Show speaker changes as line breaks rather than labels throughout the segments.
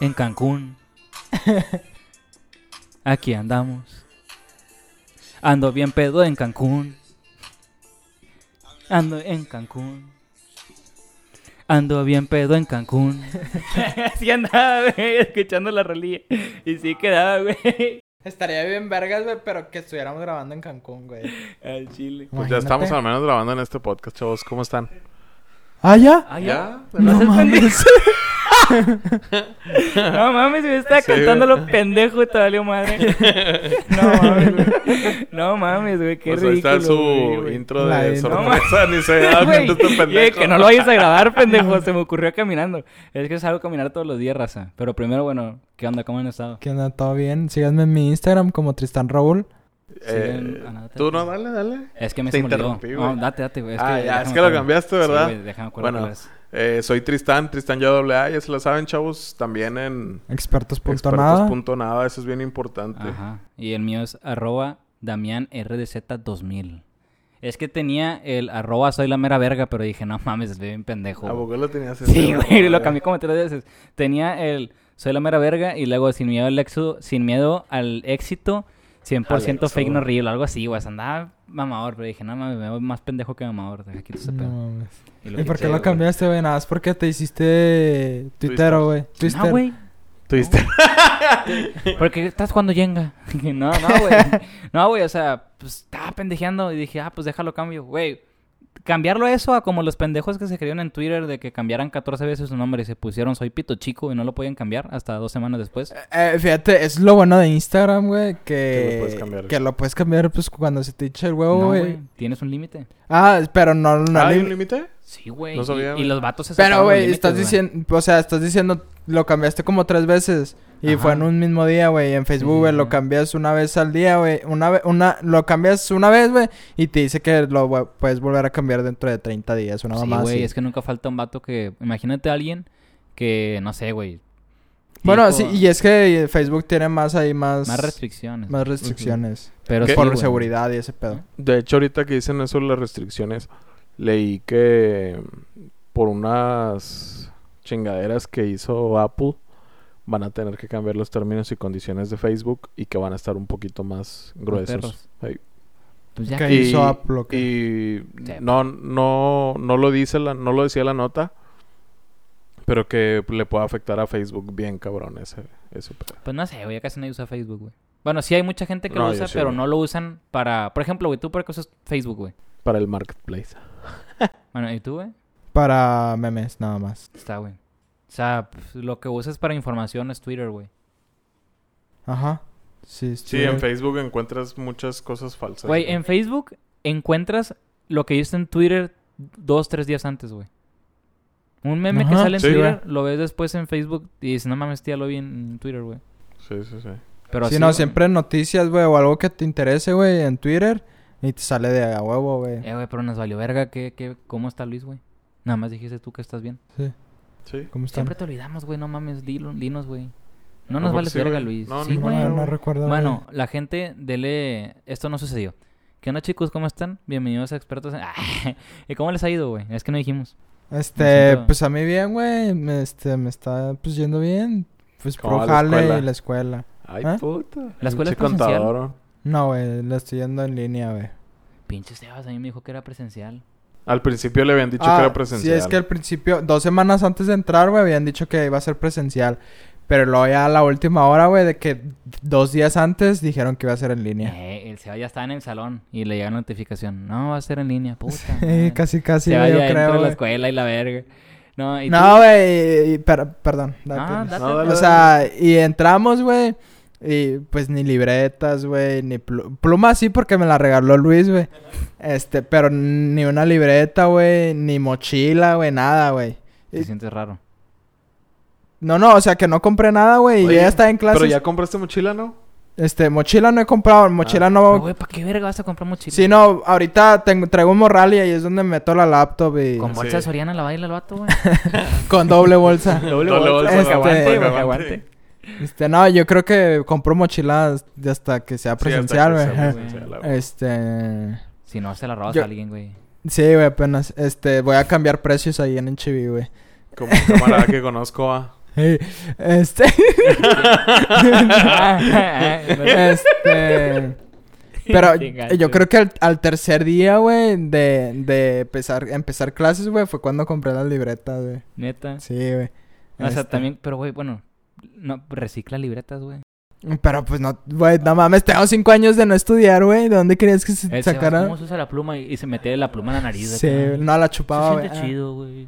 en Cancún. Aquí andamos. Ando bien pedo en Cancún. Ando en Cancún. Ando bien pedo en Cancún.
Así andaba, güey, escuchando la rolilla. Y sí quedaba, güey.
Estaría bien vergas, güey, pero que estuviéramos grabando en Cancún, güey.
Al chile.
Imagínate.
Pues ya estamos al menos grabando en este podcast, chavos. ¿Cómo están?
¿Ah, ya?
Ah,
¿Ya?
No mames.
No mames, me estaba
Sí,
cantando
güey.
lo pendejo y te valió madre. No mames, güey. No mames, güey, qué
Pues ahí
ridículo.
está su
güey,
intro
La
de
de-
sorpresa. Ni se da
güey.
cuenta este
Güey,
pendejo.
que no lo vayas a grabar, pendejo. Se me ocurrió caminando. Es que salgo a caminar todos los días, raza. Pero primero, bueno, ¿qué onda? ¿Cómo han estado?
¿Qué onda? ¿Todo bien? Síganme en mi Instagram como Tristan Raúl.
Eh,
Sí, ah, no, te-
Tú no, dale, dale.
Es que me
Te
se me olvidó.
interrumpí, güey.
No, date, date, güey.
Ah, ya,
déjame
es que lo
acuerdo.
cambiaste, ¿verdad?
Sí, güey, déjame acuerdo
Bueno.
cuál es.
Eh, soy Tristán, Tristán ya doble A. Ya se lo saben, chavos. También en
Expertos.nada.
punto nada. Eso es bien importante.
Ajá. Y el mío es arroba DamiánRDZ2000. Es que tenía el arroba soy la mera verga, pero dije, no mames, estoy bien pendejo.
¿A
güey".
poco lo tenías ese,
Sí, güey, lo cambié como tres veces. Tenía el soy la mera verga y luego sin miedo al éxodo, sin miedo al éxito, 100%
Al
fake
éxodo.
no real, algo así, güey. Andaba mamador, pero dije, no mames, me voy más pendejo que mamador. Deja quito ese
No
pedo.
mames.
Y
¿Y por qué
quité,
lo
güey.
cambiaste, güey? Nada más porque te hiciste tuitero, güey. Twister.
No, güey. Ah,
Twister.
Porque estás jugando Jenga. no, no, güey. No, güey, o sea, pues estaba pendejeando y dije, ah, pues déjalo cambio, güey. Cambiarlo a eso a como los pendejos que se creyeron en Twitter de que cambiaran 14 veces su nombre y se pusieron soy pito chico y no lo podían cambiar hasta dos semanas después.
Eh, fíjate, es lo bueno de Instagram, güey, que...
Que lo puedes cambiar.
Que lo puedes cambiar, pues, cuando se te eche el huevo,
no,
güey.
güey. Tienes un límite.
ah, pero no... no
¿Hay
lim-
un límite?
Sí, güey.
No sabía,
y, y
güey.
los vatos se
Pero,
saltaron los
güey,
límites,
estás
güey.
diciendo... O sea, estás diciendo... Lo cambiaste como tres veces. Y
Ajá.
fue en un mismo día, güey. En Facebook,
Sí,
güey,
ya.
lo cambias una vez al día, güey. Una vez... Una... Lo cambias una vez, güey. Y te dice que lo güey, puedes volver a cambiar dentro de 30 días. Una
Sí,
mamá
güey,
así.
es que nunca falta un vato que. Imagínate a alguien que, no sé, güey.
Bueno,
dijo-
sí. Y es que Facebook tiene más ahí más...
Más restricciones.
más restricciones.
Pero
¿Qué?
sí,
Por
güey.
seguridad y ese pedo.
De hecho, ahorita que dicen eso, las restricciones, leí que mm, por unas chingaderas que hizo Apple, van a tener que cambiar los términos y condiciones de Facebook y que van a estar un poquito más gruesos.
perros.
Ey.
Pues ya.
¿Qué
Y-
hizo Apple, o qué?
Y
Sí.
no, no, no lo dice la, no lo decía la nota, pero que le puede afectar a Facebook bien cabrón ese, ese pedo.
Pues no sé, güey, ya casi nadie usa Facebook, güey. Bueno, sí hay mucha gente que lo
No, yo
usa,
sí,
pero
güey.
no lo usan para... Por ejemplo, güey, ¿tú para qué usas Facebook, güey?
Para el marketplace.
Bueno, ¿y tú, güey?
Para memes, nada más.
Está, güey. O sea, pf, lo que usas para información es Twitter, güey.
Ajá. Sí,
Sí, en Facebook encuentras muchas cosas falsas.
Güey, en Facebook encuentras lo que viste en Twitter dos, tres días antes, güey. Un meme que
Ajá,
sale en
sí,
Twitter, lo ves después en Facebook y dices, no mames, tía, lo vi en Twitter, güey.
Sí, sí, sí.
Pero
Si
así,
no,
güey.
siempre noticias, güey, o algo que te interese, güey, en Twitter. Y te sale de a huevo, güey.
Eh, güey, pero nos valió verga. ¿qué, qué, ¿Cómo está Luis, güey? Nada más dijiste tú que estás bien.
Sí.
Sí.
¿Cómo están?
Siempre te olvidamos, güey. No mames, dilo- dinos, güey. No
¿A
nos
poco
vale
sí,
verga,
güey?
Luis.
No,
sí,
ni-
güey.
Bueno,
Bueno,
no recuerdo. güey.
Bueno, la gente, dele... Esto no sucedió. ¿Qué onda, chicos? ¿Cómo están? Bienvenidos a Expertos en... ¿Y cómo les ha ido, güey? Es que no dijimos.
Este,
siento-
pues a mí bien, güey. Me, este, me está, pues, yendo bien. Pues, pro
¿Cómo va la
jale
escuela?
y la escuela.
Ay,
¿Ah?
puta.
¿Eh? ¿La escuela
Pinche
es presencial?
contador.
No, güey, la estoy yendo en línea, güey.
Pinche Sebas, a mí me dijo que era presencial.
Al principio le habían dicho
Ah,
que era presencial.
Sí, es que al principio, dos semanas antes de entrar, güey, habían dicho que iba a ser presencial. Pero luego ya a la última hora, güey, de que dos días antes dijeron que iba a ser en línea.
Eh, el Sebas ya estaba en el salón y le llega la notificación. No, va a ser en línea, puta.
Eh,
madre.
casi, casi,
Sebas
güey, yo
ya entra a
creo.
la
güey.
escuela y la verga. No, ¿y
No,
tú?
güey, y- y- pero- perdón. date.
Ah, date,
No,
date.
O sea, y entramos, güey. Y pues ni libretas, güey, ni plu- plumas sí porque me la regaló Luis, güey. Este, pero ni una libreta, güey, ni mochila, güey, nada, güey.
Te sientes raro.
No, no, o sea que no compré nada, güey. Y
Oye,
ya está en clase.
Pero ya compraste mochila, ¿no?
Este, mochila no he comprado, mochila
Ah, Pero,
no.
güey, ¿para qué verga vas a comprar mochila?
Sí, no, ahorita tengo, traigo un morral y ahí es donde meto la laptop y
Con
Sí.
bolsa de Soriana la baila el vato, güey.
con doble bolsa.
Doble
bolsa,
no,
este,
aguante,
porque
aguante.
Este, no, yo creo que compro mochilas de hasta que sea
Sí, hasta que
presencial,
sea
güey.
presencial, a huevo.
Este,
Si no, se la robas
Yo-
a alguien, güey.
sí, güey, apenas este voy a cambiar precios ahí en el Chibi, güey.
Como un camarada que conozco, ah,
Eh, Este.
Ah,
este. Pero
Te
yo- yo
gacho.
creo que al, al tercer día, güey, de, de empezar, empezar clases, güey, fue cuando compré las libretas, güey.
Neta.
Sí, güey.
O sea,
Este,
también, pero güey, bueno, no, recicla libretas, güey.
Pero pues no, güey, no mames, tengo cinco años de no estudiar, güey. ¿De dónde querías que se
Él se va,
sacara?
¿Cómo se usa la pluma? Y, y se metía la pluma en la nariz.
Sí,
acá.
no la
Se
chupaba, güey.
siente chido, güey.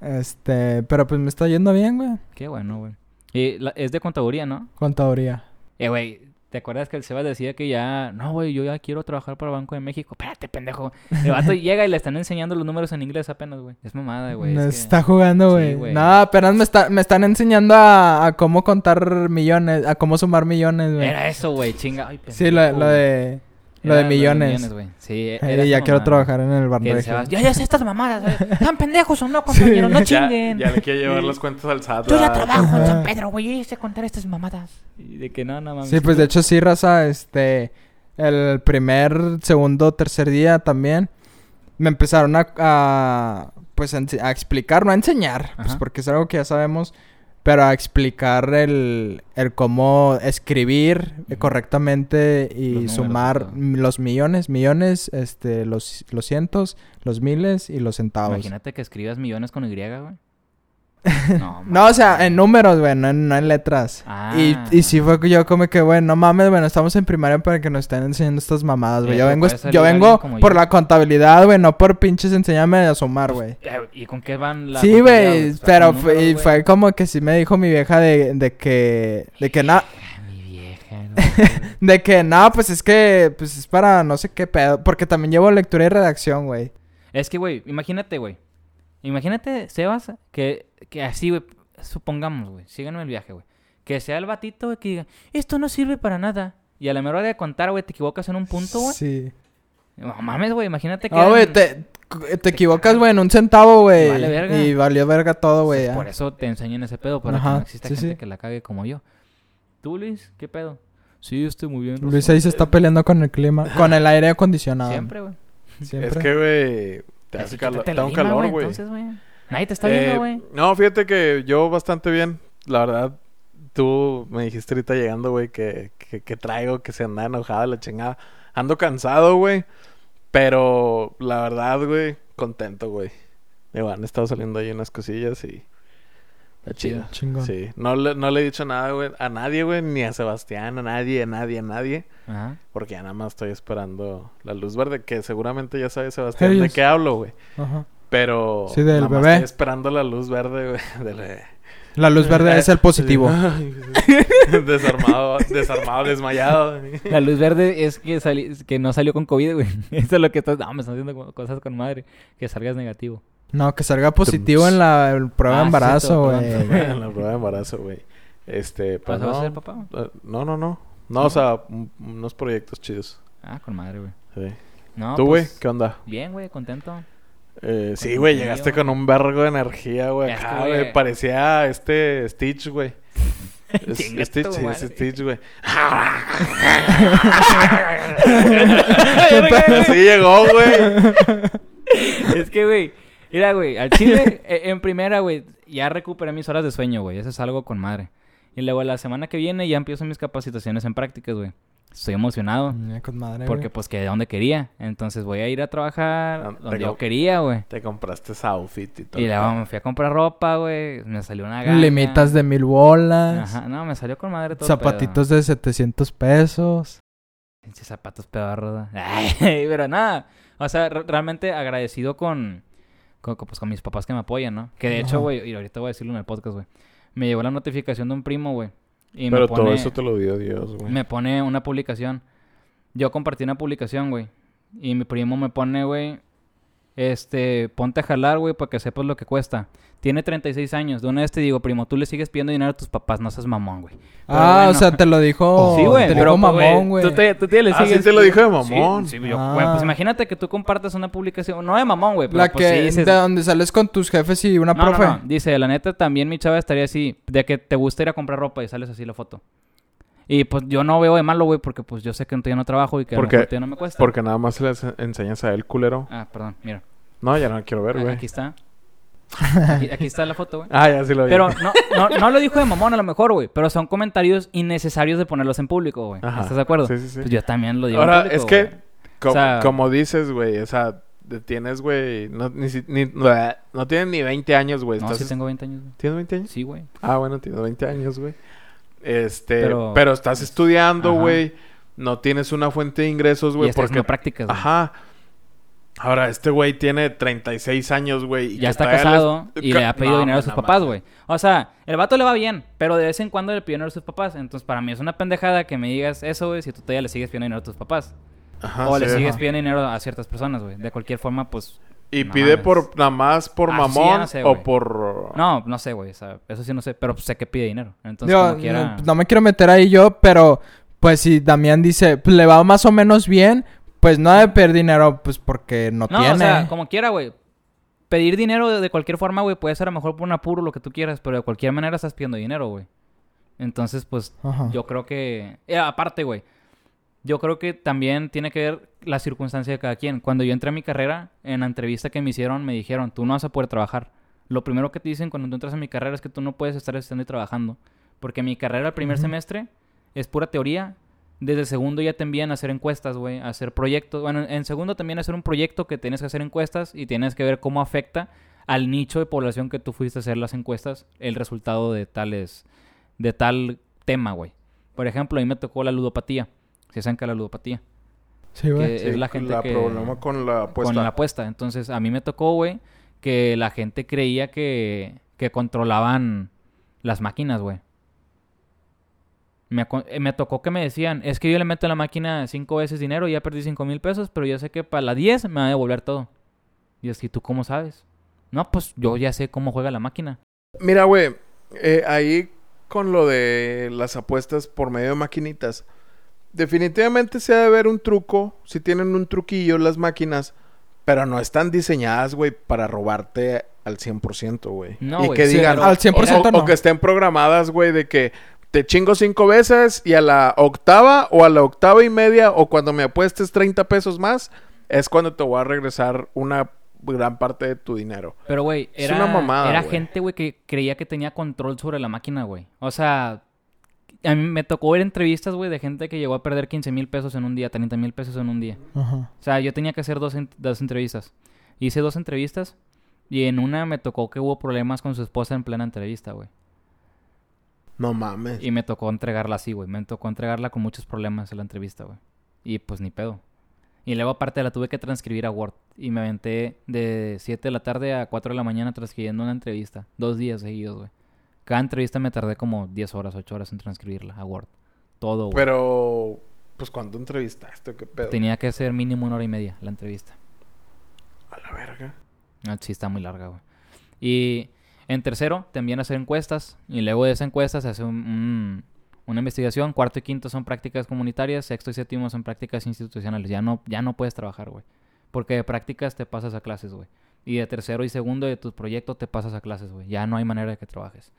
Ah, Este, pero pues me está yendo bien, güey.
Qué bueno, güey. Y la- es de contaduría, ¿no?
Contaduría.
Eh, güey, ¿te acuerdas que el Sebas decía que ya... No, güey, yo ya quiero trabajar para Banco de México. Espérate, pendejo. El vato llega y le están enseñando los números en inglés apenas, güey. Es mamada, güey.
me
es que-
está jugando,
Sí,
güey.
güey.
no, apenas me, está, me están enseñando a, a cómo contar millones, a cómo sumar millones, güey.
Era eso, güey, chinga. Ay,
Sí, lo,
pendejo,
lo
güey.
de, lo
Era
de millones.
güey. Sí,
Eh,
era esa
ya quiero
mamada.
trabajar en el
Que el
barrio.
Sebas, Yo ya sé estas mamadas. güey. Están pendejos o no, compañero. No
Ya,
chinguen.
ya le quiere llevar las cuentas al SAT. ah.
Yo ya
¿verdad?
trabajo en
Ajá.
San Pedro, güey. Yo ya sé contar estas mamadas. Y de que no, no mames.
Sí, pues de hecho sí, raza, este, el primer, segundo, tercer día también, me empezaron a, a, pues, a, ense- a explicar, no a enseñar, pues,
Ajá.
porque es algo que ya sabemos, pero a explicar el, el cómo escribir eh,
Ujú.
correctamente
Los
y
números y
sumar
todo.
m- los millones, millones, este, los, los cientos, los miles y los centavos.
Imagínate que escribas millones con Y, güey. No,
No, o sea, en números, güey, no en, no en letras.
Ah.
Y, y sí fue que yo como que, güey, no mames, bueno, estamos en primaria para que nos estén enseñando estas mamadas, güey.
Eh,
Yo
pero
vengo,
puede salir
yo vengo
alguien como
por
yo.
la contabilidad, güey, no por pinches enseñarme a sumar, güey.
Eh, ¿Y con qué van las
Sí, güey, pero fue, y fue como que sí me dijo mi vieja de, de que, de que nada,
Mi vieja, no.
de que nada, pues es que, pues es para no sé qué pedo, porque también llevo lectura y redacción, güey.
Es que, güey, imagínate, güey. Imagínate, Sebas, que, que así, güey, supongamos, güey, síganme el viaje, güey. Que sea el batito güey, que diga, esto no sirve para nada. Y a la mejor hora de contar, güey, te equivocas en un punto, güey.
Sí.
No mames, güey, imagínate que.
No, güey,
eran-
te, te equivocas, güey, en un centavo, güey.
Vale verga.
Y valió verga todo, güey.
Pues
ya.
Por eso te enseñan ese pedo, para que
Ajá,
no exista
sí,
gente
sí.
que la cague como yo. ¿Tú, Luis? ¿Qué pedo? Sí, estoy muy bien.
Luis ahí se está peleando con el clima, con el aire acondicionado.
Siempre, güey.
Siempre.
Es que, güey, te hace calor.
Quítate
Te
la
da un
lima,
calor, güey.
Entonces, güey. Nadie te está
Eh,
viendo, güey.
No, fíjate que yo bastante bien. La verdad, tú me dijiste ahorita llegando, güey, que, que, que traigo, que se anda enojada la chingada. Ando cansado, güey. Pero la verdad, güey, contento, güey. Digo, han estado saliendo ahí unas cosillas y. Está chido.
Chingón.
Sí, no le, no le he dicho nada, güey, a nadie, güey, ni a Sebastián, a nadie, a nadie, a nadie.
Ajá.
Porque ya nada más estoy esperando la luz verde, que seguramente ya sabe Sebastián de
Ellos.
qué hablo, güey.
Ajá.
Pero
Sí, del
nada más
bebé.
estoy esperando la luz verde, güey. de la-
La
Eh,
luz verde es el
pues,
positivo.
ah.
Ay, desarmado, desarmado, desmayado.
La luz verde es que, sali- es que no salió con COVID, güey. Eso es lo que estás... No, me están haciendo co- cosas con madre. Que salgas negativo.
No, que salga positivo en la el prueba
Ah,
de
sí,
embarazo,
todo,
güey.
En la prueba de embarazo, güey. Este, pero
¿Vas a
no,
ser papá?
eh, no, no, no. No, o sea, un- unos proyectos chidos.
Ah, con madre, güey.
Sí.
No,
¿Tú, güey?
pues,
¿Qué onda?
Bien, güey, contento.
Eh, sí,
Con
güey,
un
llegaste
frío.
con un vergo de energía, güey.
Es que,
Acá,
güey.
güey, parecía este Stitch, güey. Es-
Chinga
Stitch,
tu
sí, es
madre.
Stitch, güey. Así llegó, güey.
es que, güey, mira, güey, al chile, eh, en primera, güey, ya recuperé mis horas de sueño, güey. Eso es algo con madre. Y luego la semana que viene ya empiezo mis capacitaciones en prácticas, güey. Estoy emocionado.
Ya Con
Porque,
madre, Porque...
pues, que de donde quería. Entonces voy a ir a trabajar
Ah,
donde
tengo-
yo quería, güey.
Te compraste esa outfit y todo.
Y luego me fui a comprar ropa, güey. Me salió una gana.
Limitas de mil bolas.
Ajá, no, me salió con madre todo.
Zapatitos de 700 pesos.
Pinches zapatos pedorros. Ay, pero nada. O sea, re- realmente agradecido con, con, con, pues, con mis papás que me apoyan, ¿no? Que de
Ajá.
hecho, güey, y ahorita voy a decirlo en el podcast, güey. Me llegó la notificación de un primo, güey. Y me
Pero
pone,
todo eso te lo dio Dios, güey.
me pone una publicación. Yo compartí una publicación, güey. Y mi primo me pone, güey, este, ponte a jalar, güey, para que sepas lo que cuesta. Tiene 36 años. De una vez te digo, primo, tú le sigues pidiendo dinero a tus papás, no seas mamón, güey. Pero
ah,
bueno. Oh,
o sea, te lo dijo.
Sí, güey,
Te lo
pero
dijo Oh, mamón, güey.
Tú te, tú te le
Ah, sí
sigues-
te lo dijo de mamón.
Sí, sí, yo,
Ah.
güey, pues imagínate que tú compartas una publicación, no de mamón, güey, pero
La
pues
que
sí dices-
de donde sales con tus jefes y una
no, no,
profe.
no, dice, la neta también mi chava estaría así, de que te gusta ir a comprar ropa y sales así la foto. Y pues yo no veo de malo, güey, porque pues yo sé que yo no trabajo y que a lo
Porque-
mejor todavía no me cuesta.
Porque nada más le enseñas a él, culero.
Ah, perdón, mira.
No, ya no quiero ver,
Ah,
güey.
aquí está. Aquí, aquí está la foto, güey.
Ah, ya sí lo vi.
Pero no, no, no lo dijo de mamón a lo mejor, güey. Pero son comentarios innecesarios de ponerlos en público, güey.
Ajá.
¿Estás de acuerdo?
Sí, sí, sí.
Pues yo también lo digo. en
Ahora,
público,
es que,
güey.
co-
O sea-
como dices, güey, o sea, te tienes, güey, no, ni, si- ni- bleh, no tienes ni 20 años, güey.
No,
estás-
sí tengo 20 años, güey.
¿Tienes 20 años?
Sí, güey.
Ah, bueno, tienes 20 años, güey. Este, pero,
Pero-
estás estudiando,
Ajá.
güey. No tienes una fuente de
Y
ingresos, Pues, güey,
está
porque...
haciendo prácticas, güey.
Ajá. Ahora, este güey tiene 36 años, güey. y
Ya
que
está
todavía
casado
les-
y le ha
Ca-
pedido
No,
dinero a
no
sus
mames.
papás, güey. O sea, el vato le va bien, pero de vez en cuando le pide dinero a sus papás. Entonces, para mí es una pendejada que me digas eso, güey, si tú todavía le sigues pidiendo dinero a tus papás.
Ajá,
o le
Ah, sí.
sigues
Ajá.
pidiendo dinero a ciertas personas, güey. De cualquier forma, pues...
Y
No
pide
mames.
por nada más por
Ah, sí,
mamón
ya no sé,
o
güey.
por...
No, no sé, güey. o sea, eso sí no sé, pero sé que pide dinero. Entonces,
Digo,
como quiera...
no, no me quiero meter ahí yo, pero pues si Damián dice, "Pues, le va más o menos bien, pues no debe perder dinero, pues porque no,
No,
tiene.
o sea, como quiera, güey. Pedir dinero de, de cualquier forma, güey, puede ser a lo mejor por un apuro, lo que tú quieras, pero de cualquier manera estás pidiendo dinero, güey. Entonces, pues,
Ajá.
yo creo que... eh, aparte, güey, yo creo que también tiene que ver la circunstancia de cada quien. Cuando yo entré a mi carrera, en la entrevista que me hicieron, me dijeron, tú no vas a poder trabajar. Lo primero que te dicen cuando tú entras a mi carrera es que tú no puedes estar estudiando y trabajando. Porque mi carrera, el primer semestre, es pura teoría. Desde el segundo ya te envían a hacer encuestas, güey, a hacer proyectos. Bueno, en segundo también hacer un proyecto que tienes que hacer encuestas y tienes que ver cómo afecta al nicho de población que tú fuiste a hacer las encuestas el resultado de tales de tal tema, güey. Por ejemplo, a mí me tocó la ludopatía. Se saben que es la ludopatía.
Sí, güey.
que-
Sí,
es la gente que-
problema con la apuesta.
Con la apuesta. Entonces, a mí me tocó, güey, que la gente creía que, que controlaban las máquinas, güey. Me, aco- eh, me tocó que me decían, es que yo le meto a la máquina cinco veces dinero y ya perdí cinco mil pesos, pero yo sé que para la 10 me va a devolver todo. Y es que, ¿tú cómo sabes? No, pues yo ya sé cómo juega la máquina.
Mira, güey, eh, ahí con lo de las apuestas por medio de maquinitas, definitivamente se ha de ver un truco, si tienen un truquillo las máquinas, pero no están diseñadas, güey, para robarte al 100%, güey.
No,
y
güey,
que
sí,
digan,
pero-
o-
al 100%
o,
no.
o que estén programadas, güey, de que te chingo cinco veces y a la octava o a la octava y media o cuando me apuestes 30 pesos más, es cuando te voy a regresar una gran parte de tu dinero.
Pero, güey,
Es
era,
una mamada,
era
güey.
gente, güey, que creía que tenía control sobre la máquina, güey. O sea, a mí me tocó ver entrevistas, güey, de gente que llegó a perder 15 mil pesos en un día, 30 mil pesos en un día.
Ajá.
O sea, yo tenía que hacer dos, en- dos entrevistas. Hice dos entrevistas y en una me tocó que hubo problemas con su esposa en plena entrevista, güey.
No mames.
Y me tocó entregarla así, güey. Me tocó entregarla con muchos problemas en la entrevista, güey. Y pues ni pedo. Y luego aparte la tuve que transcribir a Word. Y me aventé de 7 de la tarde a 4 de la mañana transcribiendo una entrevista. Dos días seguidos, güey. Cada entrevista me tardé como 10 horas, 8 horas en transcribirla a Word. Todo, güey.
Pero, pues, cuando entrevistaste? ¿Qué pedo?
Tenía que ser mínimo una hora y media la entrevista.
A la verga.
Ah, Sí, está muy larga, güey. Y en tercero, te envían a hacer encuestas. Y luego de esas encuestas se hace un- un- una investigación. Cuarto y quinto son prácticas comunitarias. Sexto y séptimo son prácticas institucionales. Ya no, ya no puedes trabajar, güey. Porque de prácticas te pasas a clases, güey. Y de tercero y segundo de tus proyectos te pasas a clases, güey. Ya no hay manera de que trabajes.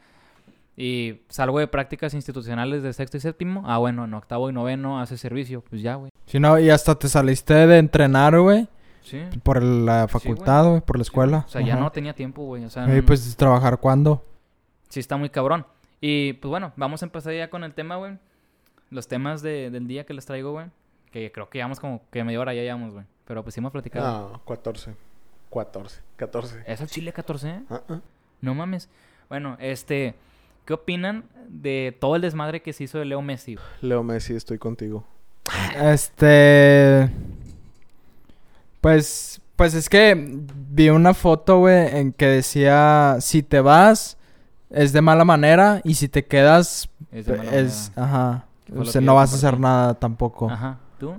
Y salgo de prácticas institucionales de sexto y séptimo. Ah, bueno, en octavo y noveno haces servicio. Pues ya, güey.
Si no, y hasta te saliste de entrenar, güey,
Sí.
por la facultad, güey, por la escuela.
O sea, ya
Ajá.
no tenía tiempo, güey. O sea,
Y
no-
pues trabajar cuándo.
Sí, está muy cabrón. Y pues bueno, vamos a empezar ya con el tema, güey. Los temas de- del día que les traigo, güey. Que creo que llevamos como que media hora ya llevamos, güey. Pero pues sí hemos platicado.
No, 14. 14. 14.
¿Es el Chile 14? eh?
Ah, ah.
No mames. Bueno, este. ¿Qué opinan de todo el desmadre que se hizo de Leo Messi? güey?
Leo Messi, estoy contigo.
Este. Pues. Pues es que vi una foto, güey, en que decía: si te vas, es de mala manera. Y si te quedas,
Es de mala
es. Ajá.
Fue
o
lo
sea,
que
no
yo
vas a hacer
compartí.
nada tampoco.
manera. Ajá. ¿Tú?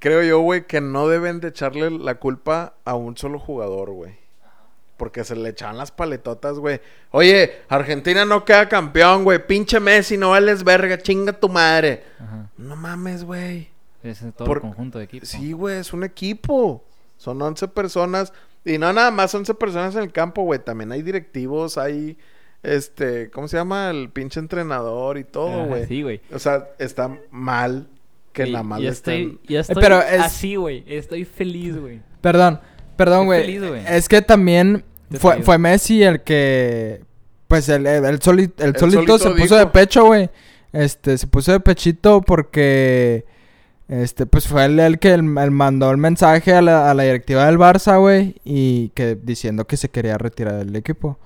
Creo yo, güey, que no deben de echarle la culpa a un solo jugador, güey. Porque se le echaban las paletotas, güey. Oye, Argentina no queda campeón, güey. Pinche Messi, no vales verga. Chinga tu madre.
Ajá.
No mames, güey.
Es todo
Por-
el conjunto de equipo.
Sí, güey, es un equipo. Son 11 personas. Y no nada más 11 personas en el campo, güey. También hay directivos, hay... Este... ¿Cómo se llama? El pinche entrenador y todo,
Ajá,
güey.
Sí, güey.
O sea, está mal que
Y-
nada más
y
le
estoy,
este
estén-
ya estoy
pero es-
así, güey. Estoy feliz, güey.
Perdón, perdón,
Estoy
güey.
feliz, güey.
Es que también Fue,
decidido.
fue Messi el que. Pues el, el, el soli- el
El
solito,
solito
se puso
dijo.
de pecho, güey. Este, se puso de pechito porque. Este, pues fue él el que el- el mandó el mensaje a la, a la directiva del Barça, güey. Y que diciendo que se quería retirar del equipo.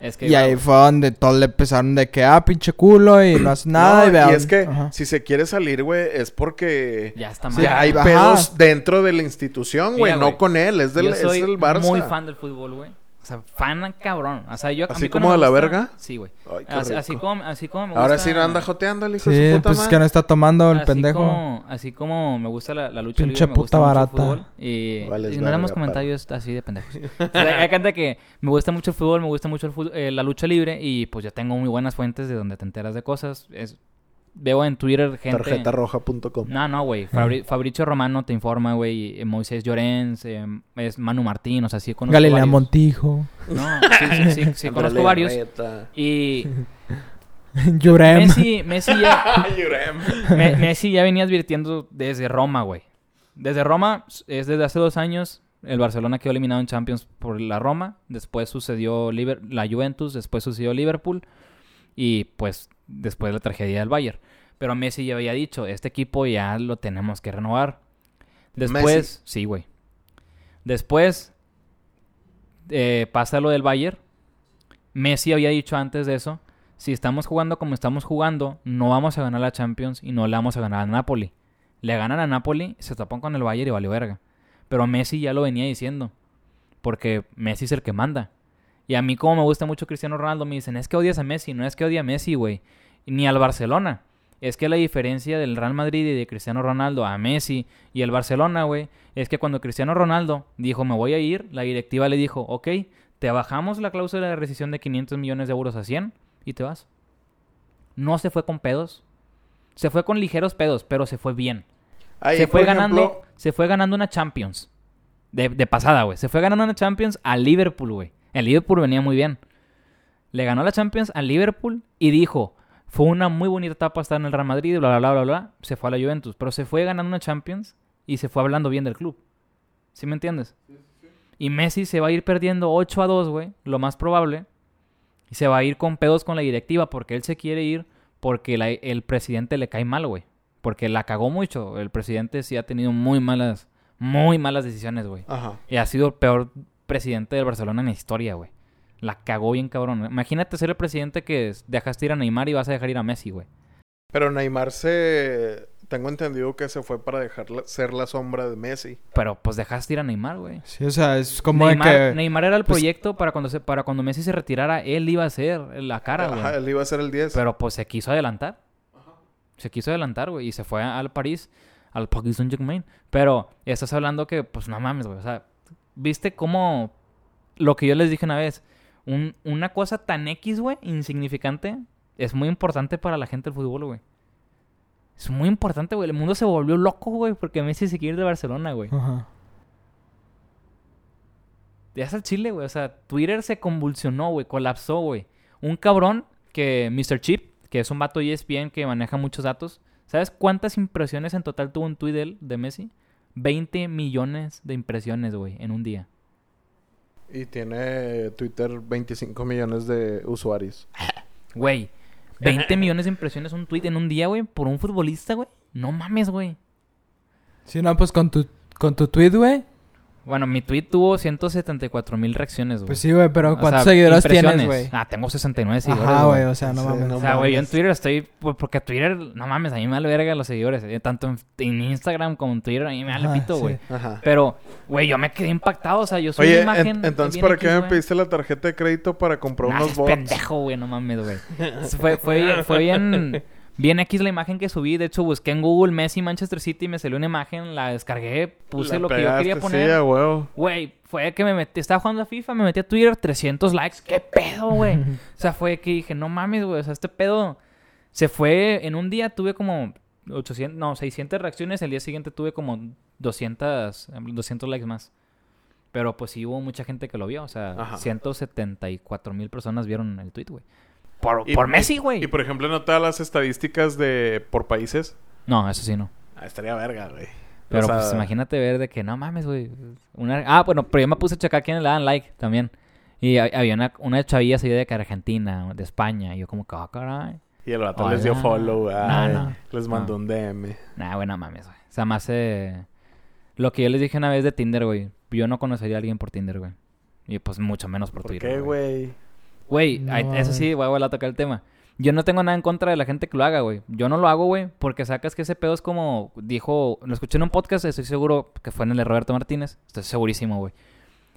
Es que,
Y ahí
güey,
fue donde todos le empezaron de que, ah, pinche culo, y no hace nada.
No,
y, vean-
es que
Ajá.
si se quiere salir, güey, es porque
ya está
Sí,
mal.
ya hay
Ajá.
pedos dentro de la institución, güey.
Mira,
No
güey,
con él, es del,
yo soy
es del Barça.
muy fan del fútbol, güey. O sea, fan cabrón. O sea, yo a
¿Así
mí
como
cuando
de
me
la
gusta-
verga?
Sí, güey.
Ay, qué
Así,
rico.
así como, así como me gusta...
Ahora sí no anda joteando el hijo de
Sí,
su puta
pues es que no
madre.
está tomando el
así
pendejo.
Como, así como me gusta la, la lucha
Pinche
libre, me gusta
puta
mucho el fútbol,
barata.
y
Vales
ignoramos
verga,
comentarios así de pendejos. O sea, hay gente que me gusta mucho el fútbol, me gusta mucho el fut- eh, la lucha libre y pues yo tengo muy buenas fuentes de donde te enteras de cosas. Es- veo en Twitter gente...
Tarjetarroja.com.
No, no, güey. Fabri- Fabricio Romano te informa, güey. eh, Moisés Llorens, eh, es Manu Martín, o sea, sí conozco
Galilea
varios.
Montijo,
No, sí, sí, sí, sí, conozco varios. Y
Jurem.
Messi, Messi ya...
Yurem.
Me- Messi ya venía advirtiendo desde Roma, güey. Desde Roma, s- es desde hace dos años. El Barcelona quedó eliminado en Champions por la Roma. Después sucedió Liber- la Juventus. Después sucedió Liverpool. Y pues después la tragedia del Bayern. Pero Messi ya había dicho: Este equipo ya lo tenemos que renovar. Después, sí, güey. Después eh, pasa lo del Bayern. Messi había dicho antes de eso si estamos jugando como estamos jugando, no vamos a ganar la Champions y no la vamos a ganar a Napoli. Le ganan a Napoli, se tapan con el Bayern y valió verga. Pero Messi ya lo venía diciendo. Porque Messi es el que manda. Y a mí, como me gusta mucho Cristiano Ronaldo, me dicen, es que odias a Messi. No es que odie a Messi, güey. Ni al Barcelona. Es que la diferencia del Real Madrid y de Cristiano Ronaldo a Messi y el Barcelona, güey, es que cuando Cristiano Ronaldo dijo, me voy a ir, la directiva le dijo, ok, te bajamos la cláusula de rescisión de 500 millones de euros a 100 y te vas. No se fue con pedos. Se fue con ligeros pedos, pero se fue bien.
Ahí,
se fue
por
ganando,
ejemplo,
se fue ganando una Champions. De, de pasada, güey. Se fue ganando una Champions al Liverpool, güey. El Liverpool venía muy bien. Le ganó la Champions al Liverpool y dijo, fue una muy bonita etapa estar en el Real Madrid, bla, bla, bla, bla, bla. Se fue a la Juventus, pero se fue ganando una Champions y se fue hablando bien del club. ¿Sí me entiendes? Y Messi se va a ir perdiendo 8 a 2, güey, lo más probable. Y se va a ir con pedos con la directiva porque él se quiere ir porque la- el presidente le cae mal, güey. Porque la cagó mucho. El presidente sí ha tenido muy malas, muy malas decisiones, güey.
Ajá.
Y ha sido el peor presidente del Barcelona en la historia, güey. La cagó bien cabrón. Imagínate ser el presidente que es- dejaste ir a Neymar y vas a dejar ir a Messi, güey.
Pero Neymar se... Tengo entendido que se fue para dejar la- ser la sombra de Messi.
Pero pues dejaste ir a Neymar, güey.
Sí, o sea, es como de
Neymar,
que...
Neymar era el
pues-
proyecto para cuando se, para cuando Messi se retirara, él iba a ser la cara, güey.
Ajá, él iba a ser el 10.
Pero pues se quiso adelantar. Se quiso adelantar, güey. Y se fue al París, al Paris Saint Germain. Pero estás hablando que, pues no mames, güey. O sea, viste cómo lo que yo les dije una vez. Un- una cosa tan X, güey, insignificante, es muy importante para la gente del fútbol, güey. Es muy importante, güey. El mundo se volvió loco, güey, porque Messi se quiere ir de Barcelona, güey.
Ajá.
Ya es el chile, güey. O sea, Twitter se convulsionó, güey. Colapsó, güey. Un cabrón que Mr. Chip, que es un vato E ESPN que maneja muchos datos. ¿Sabes cuántas impresiones en total tuvo un tweet de, él, de Messi? 20 millones de impresiones, güey, en un día.
Y tiene Twitter 25 millones de usuarios.
Güey, 20 millones de impresiones un tweet en un día, güey, por un futbolista, güey. No mames, güey.
Sí, no, pues con tu, con tu tweet, güey.
Bueno, mi tweet tuvo 174 mil reacciones, güey.
Pues sí, güey, pero
O
¿cuántos
sea,
seguidores
impresiones.
tienes, güey?
Ah, tengo 69 seguidores.
Ajá,
güey.
güey, o sea, no
Sí,
mames.
no
O sea, güey, yo en
mames.
Twitter estoy... pues, Porque Twitter, no mames, a mí me vale verga los seguidores. eh, Tanto en, en Instagram como en Twitter, a mí me vale
Ah,
Ajá,
pito,
sí.
güey.
Ajá.
Pero, güey, yo me quedé impactado. O sea, yo soy
Oye,
una imagen...
en- entonces,
bien
¿para
X,
qué me
güey.
pediste la tarjeta de crédito para comprar
No,
unos
seas
bots?
pendejo, güey, no mames, güey. Fue, fue, fue bien... Bien X la imagen que subí. De hecho, busqué en Google Messi Manchester City y me salió una imagen. La descargué, puse
La
lo que yo quería
pegaste,
poner.
Sí, a huevo.
Güey, fue que me metí, estaba jugando a FIFA, me metí a Twitter, 300 likes, qué pedo, güey. o sea, fue que dije, no mames, güey, o sea, este pedo se fue, en un día tuve como 800, no, 600 reacciones, el día siguiente tuve como 200, 200 likes más. Pero pues sí hubo mucha gente que lo vio, o sea,
Ajá.
174 mil personas vieron el tweet, güey. Por,
Y-
por Messi, güey.
Y por ejemplo, ¿no te da las estadísticas de por países?
No, eso sí no.
Ah, estaría verga, güey.
Pero
O sea,
pues imagínate ver de que no mames, güey. Una- Ah, bueno, pero yo me puse a checar quién le daban like también. Y ha- había una, una chavilla así de que Argentina, de España. Y yo como que, ah, caray.
Y el vato les dio
Hola.
follow, ay,
no.
les mandó un DM.
Nah, bueno, mames, güey. O sea, más eh, Lo que yo les dije una vez de Tinder, güey. Yo no conocería a alguien por Tinder, güey. Y pues mucho menos por,
¿Por
Twitter.
qué, güey?
Güey,
No
ahí- eso
mames.
sí, voy a volver a tocar el tema. Yo no tengo nada en contra de la gente que lo haga, güey. Yo no lo hago, güey, porque sacas que ese pedo es como dijo, lo escuché en un podcast, estoy seguro que fue en el de Roberto Martínez, estoy segurísimo, güey.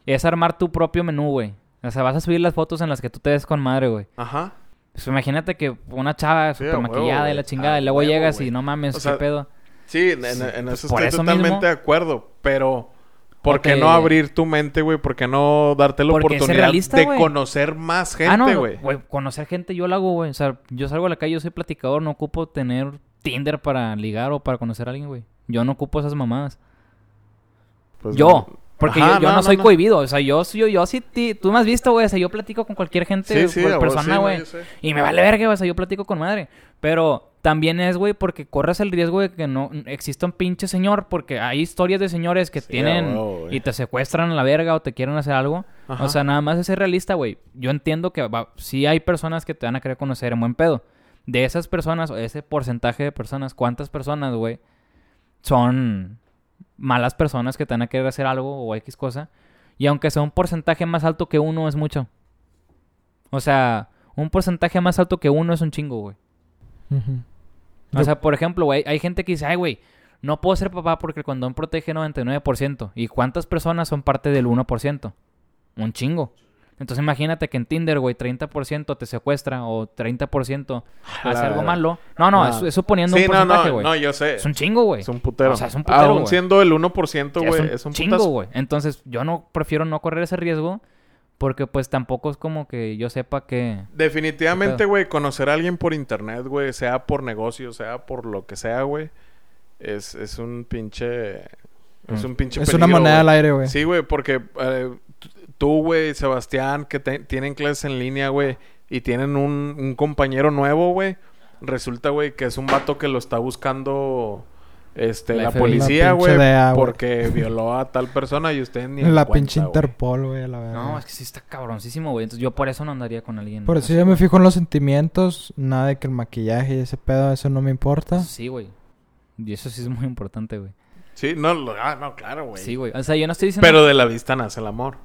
Es armar tu propio menú, güey. O sea, vas a subir las fotos en las que tú te ves con madre, güey.
Ajá.
Pues imagínate que una chava
Sí,
súper
a huevo,
maquillada y
güey.
la chingada,
A
y luego
huevo,
llegas
güey.
y no mames,
O
qué
sea,
pedo.
Sí, en,
Sí,
en- en
pues
eso
por
estoy
eso
totalmente
mismo.
de acuerdo, pero ¿por qué
Porque-
no abrir tu mente, güey? ¿Por qué no darte la
Porque ser
oportunidad
realista,
de
güey.
conocer más gente,
ah, no,
güey?
güey. Conocer gente yo lo hago, güey. O sea, yo salgo a la calle, yo soy platicador, no ocupo tener Tinder para ligar o para conocer a alguien, güey. Yo no ocupo esas mamadas.
Pues,
yo. Porque yo,
Ajá,
yo
no,
no,
no,
soy
no.
cohibido. O sea, yo, yo, yo sí, ti- tú me has visto, güey. O sea, yo platico con cualquier gente,
Sí, sí,
cual
a huevo, sí,
persona,
no,
güey.
yo sé.
y me vale verga, güey. O sea, yo platico con madre. Pero también es, güey, porque corres el riesgo de que no exista un pinche señor. Porque hay historias de señores que
Sí, a
tienen
huevo, güey.
y te secuestran a la verga o te quieren hacer algo.
Ajá.
O sea, nada más es ser realista, güey. Yo entiendo que va- sí hay personas que te van a querer conocer en buen pedo. De esas personas, o ese porcentaje de personas, ¿cuántas personas, güey, son malas personas que te van a querer hacer algo o X cosa? Y aunque sea un porcentaje más alto que uno, es mucho. O sea, un porcentaje más alto que uno es un chingo, güey.
Ujú.
O
Yo-
sea, por ejemplo, güey, hay gente que dice, ay, güey, no puedo ser papá porque el condón protege 99%. ¿Y cuántas personas son parte del 1%? Un chingo. Entonces imagínate que en Tinder, güey, 30% te secuestra o 30% hace
la
algo
verga.
malo. No, no,
Ah.
es, es suponiendo
Sí,
un
no,
porcentaje,
no,
güey.
no, yo sé.
es un chingo, güey.
Es un putero.
O sea, es un putero,
Aún
güey.
siendo el 1%,
es
güey,
un
es un
chingo,
putazo.
güey. Entonces yo no prefiero no correr ese riesgo porque pues tampoco es como que yo sepa que...
Definitivamente,
Qué
güey, conocer a alguien por internet, güey, sea por negocio, sea por lo que sea, güey, es, es un pinche... Es
Mm.
un pinche
Es una
peligro,
moneda
güey.
al aire, güey.
Sí, güey, porque eh, t- tú, güey, Sebastián, que te- tienen clases en línea, güey, y tienen un, un compañero nuevo, güey. Resulta, güey, que es un vato que lo está buscando este,
La
la,
FBI.
policía,
La pinche
güey,
DEA, güey.
porque violó a tal persona y ustedes ni en
La
cuenta,
pinche
güey.
Interpol, güey, la verdad.
No, es que sí está cabroncísimo, güey. Entonces yo por eso no andaría con alguien.
Por eso
así,
yo me
güey.
fijo en los sentimientos, nada de que el maquillaje y ese pedo, eso no me importa.
Eso Sí, güey. Y eso sí es muy importante, güey.
Sí, no, lo- ah, no, claro, güey.
Sí, güey. O sea, yo no estoy diciendo...
Pero de la vista nace el amor.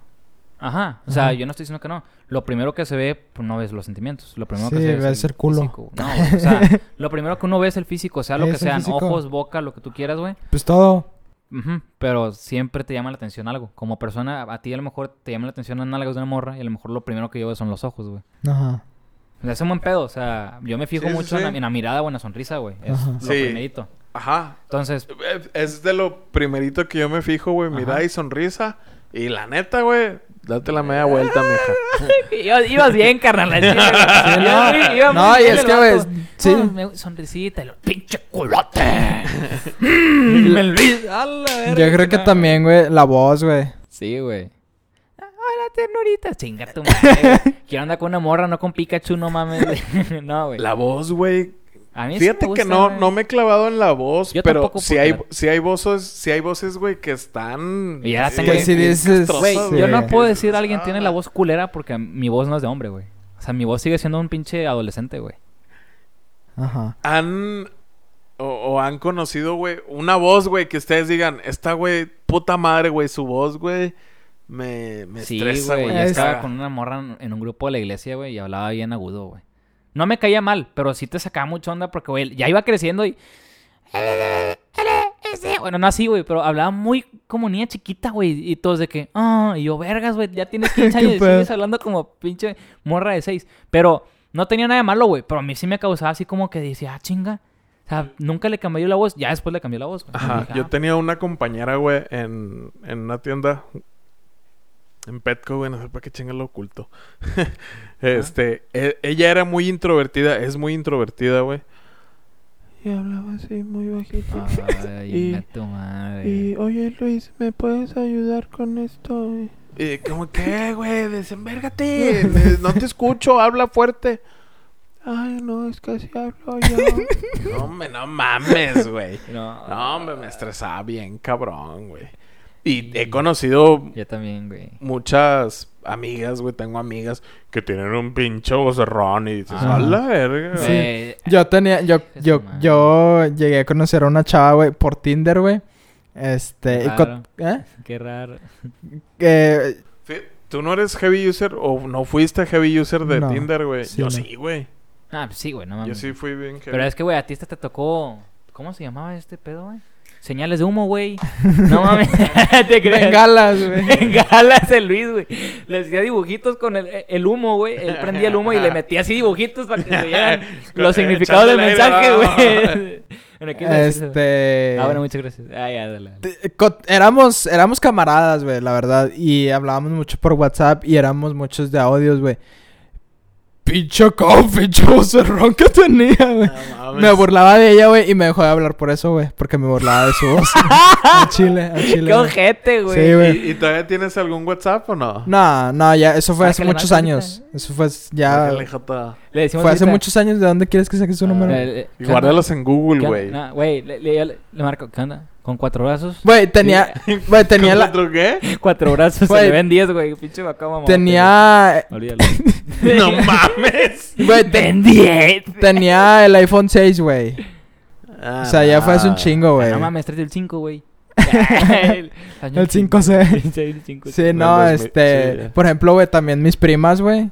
Ajá. O sea,
Ajá.
yo no estoy diciendo que no. Lo primero que se ve, pues no ves los sentimientos. Lo primero que
Sí,
se ve
ves el culo.
físico. No, güey, o sea, lo primero que uno ve es el físico. Sea lo que
Es el
sean,
físico.
ojos, boca, lo que tú quieras, güey.
Pues todo.
Ujú, Pero siempre te llama la atención algo. Como persona, a ti a lo mejor te llama la atención las nalgas de una morra y a lo mejor lo primero que yo veo son los ojos, güey.
Ajá.
O sea, es un buen pedo. O sea, yo me fijo
Sí, sí,
mucho En, la,
sí.
en la mirada o en la sonrisa, güey. Es
Ajá.
lo
Sí.
primerito.
Ajá.
Entonces,
Eh, Es de lo primerito que yo me fijo, güey.
Ajá.
Mirada y sonrisa. Y la neta, güey, date la media vuelta, mija.
Ibas, ibas bien, carnal. la chile, güey.
Sí,
Ibas
no.
Ah, muy- ibas
Ah, No,
muy
y
bien
es
el
que,
vato.
güey, sí.
No, me- sonrisita, el pinche culote. Mm, me olvido. A la verga,
Yo creo que
no.
también, güey, la voz, güey.
Sí, güey. Ah, Hola, ternurita. Chinga tu madre. güey. Quiero andar con una morra, no con Pikachu, no mames. güey. no, güey.
La voz, güey.
A mí sí
Fíjate
me
que
gusta,
no,
güey.
no me he clavado en la voz,
Yo
pero
tampoco,
si
porque-
hay, si hay voces, si hay voces, güey, que están.
Y ya la
Sí,
tengo
güey,
bien-
Que si
bien
dices,
castrosas,
Güey,
Sí.
yo
güey,
no
que
puedo
dices,
decir alguien tiene la
"Ah".
voz culera porque mi voz no es de hombre, güey. O sea, mi voz sigue siendo un pinche adolescente, güey.
Ajá.
Han. O, o han conocido, güey, una voz, güey, que ustedes digan, esta, güey, puta madre, güey, su voz, güey, me, me
Sí,
estresa,
güey.
güey.
Yo
me
estaba
caga".
con una morra en- en un grupo de la iglesia, güey, y hablaba bien agudo, güey. No me caía mal, pero sí te sacaba mucha onda porque, güey, ya iba creciendo y... Bueno, no así, güey, pero hablaba muy como niña chiquita, güey. Y todos de que, ah, y yo, vergas, güey, ya tienes 15
Qué
años y
pedo.
sigues hablando como pinche morra de 6. Pero no tenía nada de malo, güey. Pero a mí sí me causaba así como que decía, ah, chinga. O sea, nunca le cambié yo la voz. Ya después le cambié la voz. güey. Y
Ajá,
dije,
yo
"Ah,
tenía una compañera, güey, en, en una tienda, en Petco, güey, no sé para qué chinga lo oculto. este, e- ella era muy introvertida, es muy introvertida, güey. Y hablaba así muy bajito.
Ay,
Y-
venga tu madre.
Y, oye, Luis, ¿me puedes ayudar con esto? Y, ¿cómo qué, güey? Desembérgate. eh, No te escucho, habla fuerte. Ay, no, es que así hablo yo. no, hombre, no mames, güey.
No,
No, hombre, me estresaba bien, cabrón, güey. Y he conocido
Yo también, güey.
muchas amigas, güey. Tengo amigas que tienen un pinche vocerrón y dices,
Ah.
a la verga.
Sí.
güey".
Güey,
Yo tenía, yo, yo,
madre.
yo llegué a conocer a una chava, güey, por Tinder, güey. Este, y
Claro.
co- ¿eh?
Qué raro.
Eh,
Fí- ¿Tú no eres heavy user o no fuiste heavy user de
No.
Tinder, güey?
Sí,
Yo
no.
sí, güey.
Ah, pues sí, güey, no
Yo
mames.
sí fui bien heavy.
Pero es que, güey, a ti esta te tocó. ¿Cómo se llamaba este pedo, güey? Señales de humo, güey. No mames. te creas.
bengalas, güey.
Bengalas el Luis, güey. Le hacía dibujitos con el, el humo, güey. Él prendía el humo y le metía así dibujitos para que se vieran los significados del mensaje,
Echándole aire,
güey. Bueno, ¿qué ibas a decir, güey?
Este.
Ah, bueno, muchas gracias. Ah, ya, dale. dale.
te- co- éramos, éramos camaradas, güey, la verdad. Y hablábamos mucho por WhatsApp y éramos muchos de audios, güey. Pincho con, pincho vocerrón que tenía, güey.
Ah,
No mames.
Me burlaba de ella, güey, y me dejó de hablar por eso, güey. Porque me burlaba de su voz. a Chile, a Chile.
Qué
güey.
ojete, güey.
Sí, güey.
¿Y, y todavía tienes algún WhatsApp o no?
No, no, ya, eso fue hace
Sácale
muchos
más ahorita,
años. Eso fue ya.
Déjale, jota.
Le decimos
Fue hace
ahorita,
muchos años. ¿De dónde quieres que saque su
"Ah,
número?
le- le-
Y guárdalos en
¿qué
Google,
onda?
güey.
No, Güey, le, le- le- le marco, ¿qué onda? Con cuatro brazos.
Güey, tenía. Güey, tenía
¿Con
la.
otro qué?
Cuatro brazos, se
Güey.
le ven diez, güey. Pinche vaca, mamá.
Tenía.
Olvídalo.
¡No mames!
Güey, te-
¡Ven diez!
tenía el iPhone 6, güey. O sea, ya fue
Ah,
hace un chingo, güey.
No mames, tráete el cinco, güey. Año
El
cinco.
5C.
Sí, el cinco.
Sí,
No,
no,
pues, mi- sí,
este.
ya.
Por ejemplo, güey, también mis primas, güey.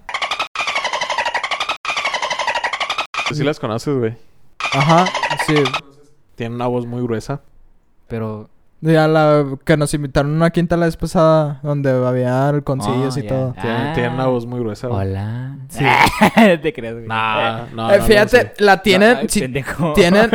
Sí las conoces, güey.
Ajá, sí.
Tienen una voz muy gruesa.
Pero.
Ya la que nos invitaron a una quinta la vez pasada, donde había alconcillos
Ah,
y
ya.
todo.
Tienen,
Ah.
tienen una voz muy gruesa, güey.
Hola.
Sí.
No te creas, güey.
Nah, no,
Ah,
Eh,
no, no,
fíjate,
sí.
la tienen.
Ay,
sí,
pendejo.
tienen-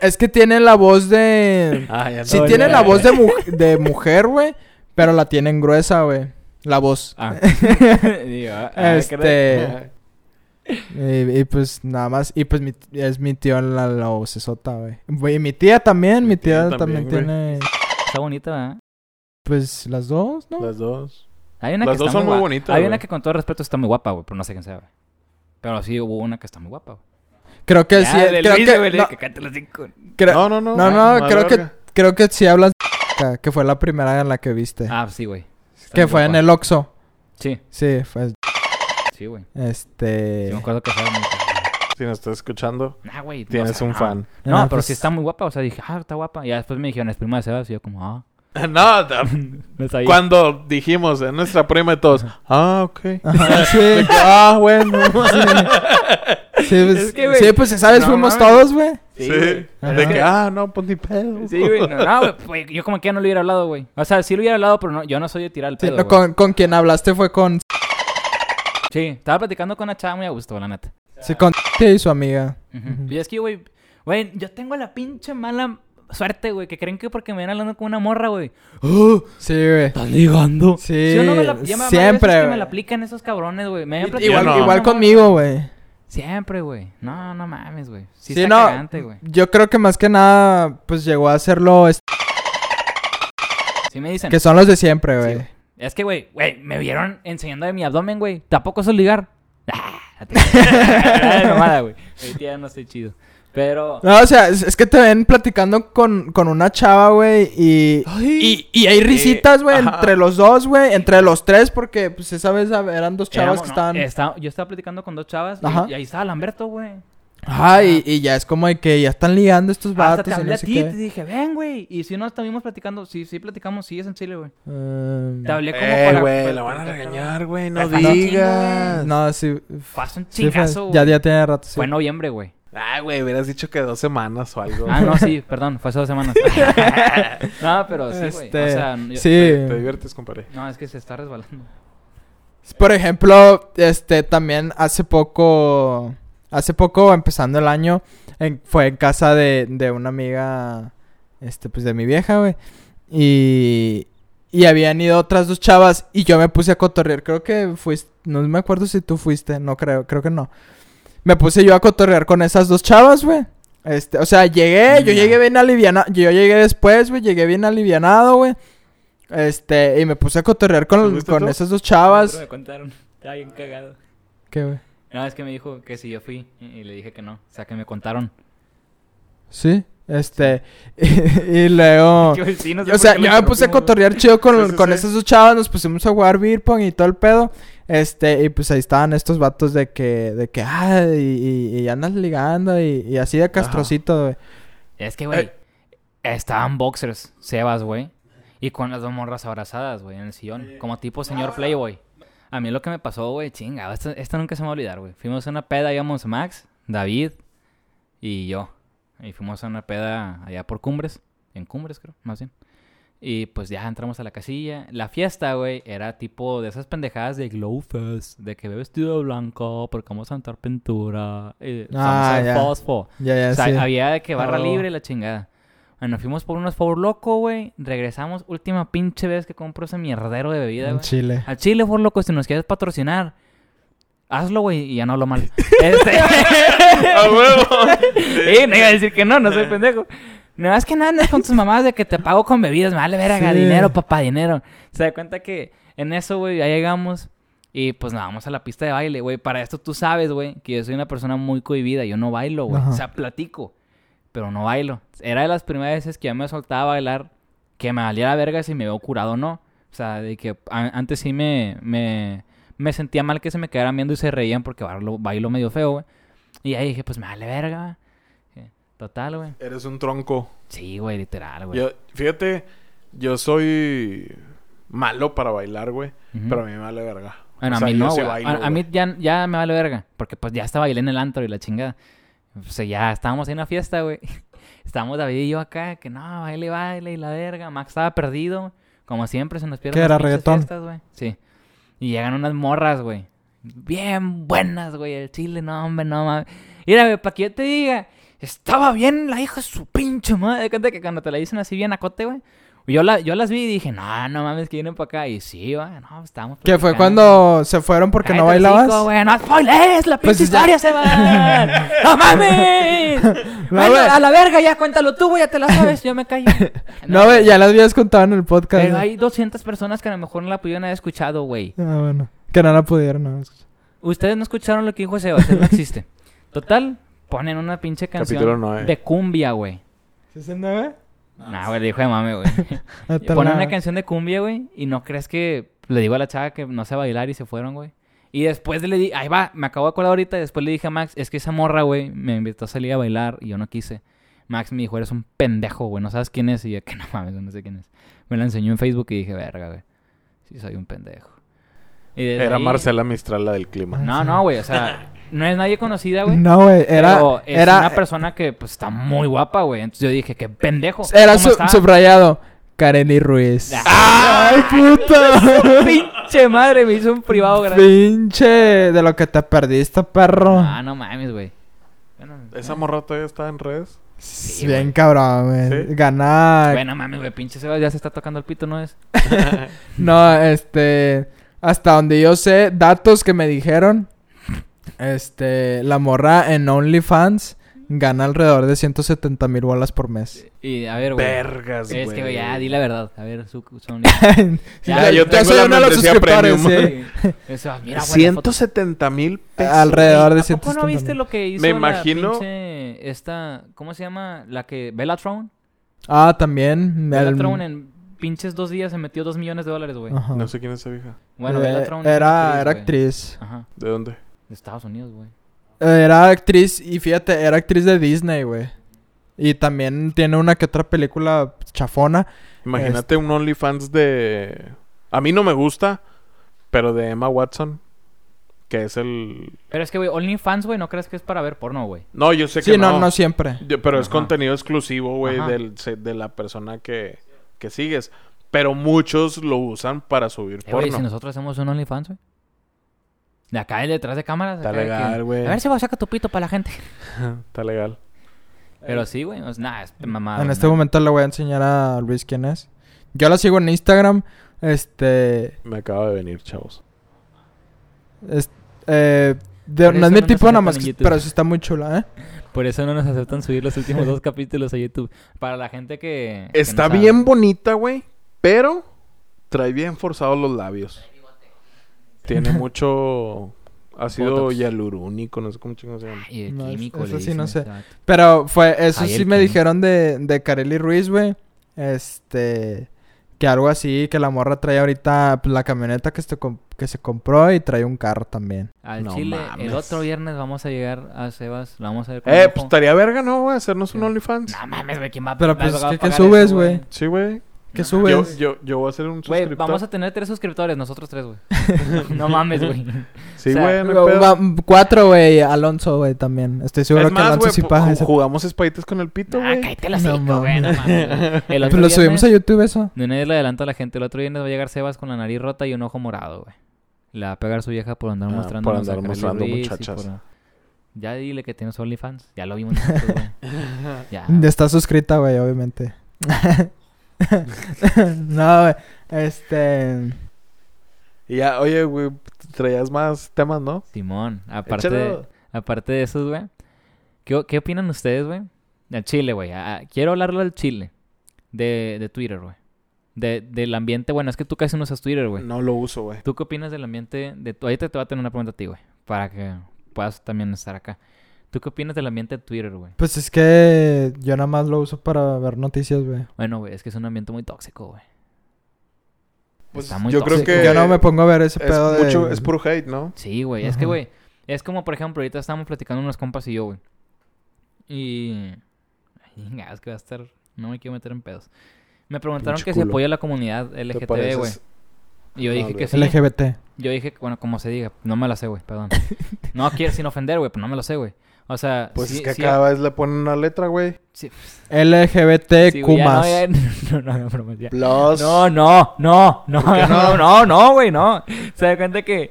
es que tienen la voz de.
Ah, ya
Sí
no,
tiene
ya,
la
ya.
voz de, mu- de mujer, güey, pero la tienen gruesa, güey. La voz.
Ah. Digo, ah, ah, caray.
este... Y, y pues nada más. Y pues mi- es mi tío la, la vocesota, güey. Güey, Y mi tía también,
Mi
mi tía,
tía
también,
también,
tiene...
Está bonita, ¿verdad?
Pues las dos, ¿no?
Las dos.
Hay una
Las
que
dos
está
son muy
guapa.
bonitas,
Hay
güey.
una que con todo respeto está muy guapa, güey, pero no sé quién sea, güey. Pero sí hubo una que está muy guapa, güey.
Creo que
Ya,
sí.
de
Creo
Luis,
que,
güey, de
no,
que cante los cinco.
creo-
No, no, no.
no, no,
Más
creo que-
verga.
creo que sí hablas de- que fue la primera en la que viste.
Ah, sí, güey. Está
que
muy
fue en
guapa.
el Oxxo.
Sí,
Sí, fue
sí, güey.
este...
Sí, me acuerdo que estaba muy...
Si nos estás escuchando,
Nah, güey. no, o
tienes
sea,
un
no.
fan.
No,
Ah,
pero
pues-
sí está muy guapa. O sea, dije, ah, está guapa. Y ya después me dijeron, es prima de Sebas. Y yo como, ah.
no, no,
No sabía.
cuando dijimos en nuestra prima y todos, ah, ok.
Ajá, sí. ah, bueno. Sí, Sí, pues,
Es que, güey,
sí, pues, ¿sabes?
no
Fuimos
mames.
todos, güey.
Sí.
güey.
De que, ah, no, pon ni pedo.
Sí, güey. No, no, güey, pues, güey, Yo como que ya no lo hubiera hablado, güey. O sea, sí lo hubiera hablado, pero no, yo no soy de tirar el
Sí,
pedo,
no,
güey.
Eh, con, con quien hablaste fue con...
Sí, estaba platicando con una chava muy a gusto, la neta.
Sí, con... Y su amiga.
Ujú.
Ujú.
Y es que, güey, güey, yo tengo la pinche mala suerte, güey, que creen que porque me ven hablando con una morra, güey.
Sí, güey.
¿Estás ligando?
Sí,
yo no me la, ya me,
siempre,
Siempre, que
güey.
me la aplican esos cabrones, güey. Me habían platicado
Igual,
Yo
con
no.
igual
una morra.
conmigo, güey.
Siempre, güey. No, no mames, güey. Sí,
Sí,
está
no.
cagante, güey.
Yo creo que más que nada, pues llegó a hacerlo... es-
Sí me dicen.
Que son los de siempre,
Sí,
güey.
güey. es que, güey, güey, me vieron enseñando de mi abdomen, güey. Tampoco eso es ligar. Ah, no mala, güey. Ahorita ya no estoy chido. Pero.
No, o sea, es, es que te ven platicando con, con una chava, güey, y, y, y hay risitas, güey,
ajá.
entre los dos, güey, entre los tres, porque, pues, esa vez a- eran dos chavas
éramos-
que
no,
estaban...
esta- yo estaba platicando con dos chavas y-
Ajá.
y, ahí estaba Lamberto, güey.
Ajá, y, y ya es como de que ya están ligando estos
Hasta
vatos.
te
y
hablé
no
a
sé
ti,
qué.
te dije, ven, güey. Y si no estuvimos platicando, sí, sí platicamos, sí, es en Chile, güey.
Ehm,
Te hablé como
Eh,
para-
güey,
para-
la van a
para-
regañar, güey, no
Ay, no,
digas.
no, sí.
Fue hace un
sí fue-
chingazo,
ya,
güey.
ya tiene rato. sí.
Fue en noviembre, güey.
Ay, Ah, güey, hubieras dicho que dos semanas o algo.
Ah, no, sí, perdón, fue hace dos semanas. Ah, no, pero sí, güey.
Este,
O sea, yo-
sí.
Te diviertes, compadre.
No, es que se está resbalando.
Por ejemplo, este también hace poco, hace poco empezando el año, en- fue en casa de, de una amiga, este, pues de mi vieja, güey. Y, y habían ido otras dos chavas y yo me puse a cotorrear. Creo que fuiste, no me acuerdo si tú fuiste, no creo, creo que no. Me puse yo a cotorrear con esas dos chavas, güey. Este, o sea, llegué, yo
Ya.
llegué bien alivianado, yo llegué después, güey, llegué bien alivianado, güey. Este, y me puse a cotorrear con,
¿Fuiste
con
tú?
esas dos chavas.
Me contaron, estaba bien cagado.
¿Qué, güey?
No, es que me dijo que si yo fui y y le dije que no. O sea, que me contaron.
¿Sí? Este, y, y luego...
Yo, sí, no sé
O
por
sea,
qué
yo
lo
me puse a
interrumpimos, güey.
cotorrear chido con,
Sí, sí,
con
sí.
esas dos chavas, nos pusimos a jugar beer pong y todo el pedo. Este, y pues ahí estaban estos vatos de que, de que, ah, y, y- y andas ligando y, y así de castrocito, güey.
Es que, güey, estaban boxers, Sebas, güey. Y con las dos morras abrazadas, güey, en el sillón. Como tipo señor Playboy. A mí lo que me pasó, güey, chinga, esta, esta nunca se me va a olvidar, güey. Fuimos a una peda, íbamos Max, David y yo. Y fuimos a una peda allá por Cumbres. En Cumbres, creo, más bien. Y pues ya entramos a la casilla. La fiesta, güey, era tipo de esas pendejadas de Glowfest. De que ve vestido de blanco porque vamos a entrar pintura. eh, vamos a
Ah,
usar
ya.
fosfo.
Ya, ya,
O sea,
sí.
había de que barra
Ah,
libre la chingada. Bueno, fuimos por unos favor loco, güey. Regresamos, última pinche vez que compro ese mierdero de bebida,
En
güey. Ah,
Chile.
Al chile, por loco, si nos quieres patrocinar, hazlo, güey, y ya no hablo mal. Este...
¡A huevo!
Sí, no iba a decir que no, no soy pendejo. No, es que nada, andas con tus mamás de que te pago con bebidas, me vale verga,
Sí.
dinero, papá, dinero. Se da cuenta que en eso, güey, ya llegamos y pues nos vamos a la pista de baile, güey. Para esto tú sabes, güey, que yo soy una persona muy cohibida, yo no bailo, güey.
Ajá.
O sea, platico, pero no bailo. Era de las primeras veces que ya me soltaba a bailar, que me valía la verga si me veo curado o no. O sea, de que a- antes sí me, me, me sentía mal que se me quedaran viendo y se reían porque bailo, bailo medio feo, güey. Y ahí dije, pues me vale verga. güey. Total, güey.
Eres un tronco.
Sí, güey, literal, güey.
Yo, fíjate, yo soy malo para bailar, güey.
Ujú.
Pero a mí me vale verga.
Bueno,
O sea,
a mí
yo
no,
sí
güey.
bailo,
a, a mí
güey.
ya, ya me vale verga. Porque pues ya estaba bailé en el antro y la chingada. O sea, ya estábamos en una fiesta, güey. Estábamos David y yo acá, que no, baile, baile y la verga. Max estaba perdido. Como siempre, se nos pierden
¿Qué
las
era,
pinches
reggaetón?
fiestas, güey. Sí. Y llegan unas morras, güey. Bien buenas, güey. El chile, no, hombre, no mames. Mira, güey, para que yo te diga, estaba bien la hija de su pinche madre. De cuenta que cuando te la dicen así bien a cote, güey. Yo, la, yo las vi y dije, no, no mames, que vienen para acá. Y sí, güey, no, estábamos.
Que fue
platicando.
cuando se fueron porque no
Cállate el
bailabas.
hocico, güey, no spoilers, la
Pues
pinche
ya-
historia se va. ¡No mames! Bueno,
güey.
a la verga, ya cuéntalo tú, güey, ya te la sabes, yo me callo.
no, güey, ya las habías contado en el podcast.
Pero
güey.
hay 200 personas que a lo mejor no la pudieron haber escuchado, güey.
Ah, bueno. Que no la pudieron. no.
Ustedes no escucharon lo que dijo Sebastián, no existe. Total, ponen una pinche
Capítulo
canción
nueve.
de cumbia, güey.
¿69?
No, güey, le dijo de mame, güey.
Hasta
Ponen
la-
una canción de cumbia, güey, y no crees que le digo a la chava que no sé bailar y se fueron, güey. Y después le di, ahí va, me acabo de acordar ahorita, y después le dije a Max, es que esa morra, güey, me invitó a salir a bailar y yo no quise. Max me dijo, eres un pendejo, güey, no sabes quién es. Y yo, que no mames, no sé quién es. Me la enseñó en Facebook y dije, verga, güey, sí soy un pendejo. Y desde
Era
ahí-
Marcela Mistral la del clima.
No, no, güey, o sea, no es nadie conocida, güey.
No, güey, era...
pero es
era
una persona que, pues, está muy guapa, güey. Entonces yo dije, qué pendejo.
Era
¿Cómo
su-
está?
subrayado. Kareli Ruiz.
¡Ah!
¡Ay, puta!
Pinche madre, me hizo un privado grande.
Pinche de lo que te perdiste, perro.
Ah, no mames, güey. Bueno,
¿Esa morra todavía está en redes?
sí,
Bien
güey.
cabrón, güey.
Sí.
Ganar.
bueno, mames, güey, pinche Sebas ya se está tocando el pito, ¿no es?
No, este. Hasta donde yo sé, datos que me dijeron. Este. La morra en OnlyFans gana alrededor de 170 mil bolas por mes.
Y a ver, güey.
Vergas, güey.
es que, güey, ya, di la verdad. A ver, su, su
Ya, yo tengo la membresía premium.
sí.
Eso, ah, mira, güey, la foto.
170 mil pesos.
Alrededor de
¿A poco
170
no viste
mil.
lo que hizo
Me
la
imagino-
pinche esta... ¿Cómo se llama? La que... Bellatron.
Ah, también. el-
Bellatron en pinches dos días se metió dos millones de dólares, güey.
Ajá.
No sé quién es esa vieja.
Bueno,
Eh,
Bellatron... es una
era, era
güey.
actriz.
Ajá.
¿De dónde?
De Estados Unidos, güey.
Era actriz, y fíjate, era actriz de Disney, güey. Y también tiene una que otra película chafona. Este.
Imagínate un OnlyFans de... A mí no me gusta, pero de Emma Watson, que es el...
Pero es que, güey, OnlyFans, güey, no crees que es para ver porno, güey.
No, yo sé que
Sí, no, no, siempre.
Yo- pero es
Ajá.
contenido exclusivo, güey,
Ajá.
del- se- de la persona que, que sigues. Pero muchos lo usan para subir
Eh, güey,
porno.
si nosotros hacemos un OnlyFans, güey. De acá, de detrás de cámaras.
Está
acá de
legal,
que-
güey. Eh.
A ver si vas a sacar tu pito para la gente.
Está legal.
Pero sí, güey. pues, Nah, es mamada.
En
güey,
este
nah.
momento le voy a enseñar a Luis quién es. Yo la sigo en Instagram. Este.
Me acaba de venir, chavos.
es- eh, de-
Por
no
eso
es mi
no nos
tipo nada
aceptan
más,
en
que-
YouTube.
pero sí está muy chula, ¿eh?
Por eso no nos aceptan subir los últimos dos capítulos a YouTube. Para la gente que. que
Está
no sabe.
bien bonita, güey, pero trae bien forzados los labios. Tiene mucho Ácido
Botox.
hialurónico, no sé cómo chingo se llama.
Y el
No,
químico,
eso
le
sí
dicen
no
a
sé.
ese vato.
Pero fue, eso
Ahí
sí
el
me
que-
dijeron de, de Kareli Ruiz, güey. Este, que algo así, que la morra trae ahorita pues, la camioneta que, se com- que se compró y trae un carro también.
Al
No
Chile,
mames.
el otro viernes vamos a llegar a Sebas. Lo vamos a ver con
Eh,
lujo.
pues estaría verga, ¿no, güey? Hacernos un
Sí.
OnlyFans.
No mames, güey, ¿quién va a
Pero,
nadie
pues,
va a
¿qué- qué
pagar
subes,
eso,
güey?
Sí, güey.
¿Qué
No,
subes?
Yo, yo, yo voy a hacer un
Pues, Güey,
suscriptor.
vamos a tener tres suscriptores, nosotros tres, güey. no mames, güey.
Sí,
o sea,
güey, no hay
Yo-
pedo.
va- cuatro, güey. Alonso, güey, también. Estoy seguro
Es
que
más,
Alonso
güey,
sí
pu-
paga
ju-
ese-
jugamos espaditas con el pito,
Ah,
güey.
cállate la
No
hocico, güey, no mames. El
Pues
otro
lo
viernes-
subimos a YouTube eso.
De una vez le adelanto a la gente, el otro viernes va a llegar Sebas con la nariz rota y un ojo morado, güey. Le va a pegar su vieja por andar
Ah,
mostrando
por
a
andar
Carly
mostrando
Ruiz y
muchachas.
por- Ya dile que tienes OnlyFans. Ya lo vimos nosotros, güey. Ya.
Ah.
Está suscrita, güey, obviamente. no, güey. Este.
Y ya, oye, güey, traías más temas, ¿no?
Simón, aparte de,
Échalo.
aparte de esos, güey. ¿qué, o- qué opinan ustedes, güey? Al Chile, güey. a- a- Quiero hablarlo al Chile. De, de Twitter, güey. De, del ambiente. Bueno, es que tú casi no usas Twitter, güey.
No lo uso, güey.
¿Tú qué opinas del ambiente de tu... Ahorita te voy a tener una pregunta a ti, güey. Para que puedas también estar acá. ¿Tú qué opinas del ambiente de Twitter, güey?
Pues es que yo nada más lo uso para ver noticias, güey.
Bueno, güey, es que es un ambiente muy tóxico, güey.
Pues,
Está muy
yo creo
tóxico.
que
Yo no me pongo a ver ese
es
pedo de.
mucho, es puro hate, ¿no?
Sí, güey. Es que,
Ajá.
güey, es como, por ejemplo, ahorita estábamos platicando unos compas y yo, güey. Y... Ay, venga, es que va a estar... No me quiero meter en pedos. Me preguntaron
Pinche
que si
culo.
apoya a la comunidad
¿Te
LGTB, güey.
pareces?
Y yo
No,
dije
güey.
que sí.
LGBT.
Yo dije, que, bueno, como se diga, no me la sé, güey, perdón. No quiero sin ofender, güey, pero no me lo sé, güey. O sea,
Pues
sí-
es que
sí-
cada vez le ponen una letra, güey.
sí-
LGBT
Sí, güey, ya
Kumas.
No, ya- no, no, no, bromas, ya.
Plus.
No, no, no, no,
qué
no,
no?
no, no, güey, no. Se da cuenta que.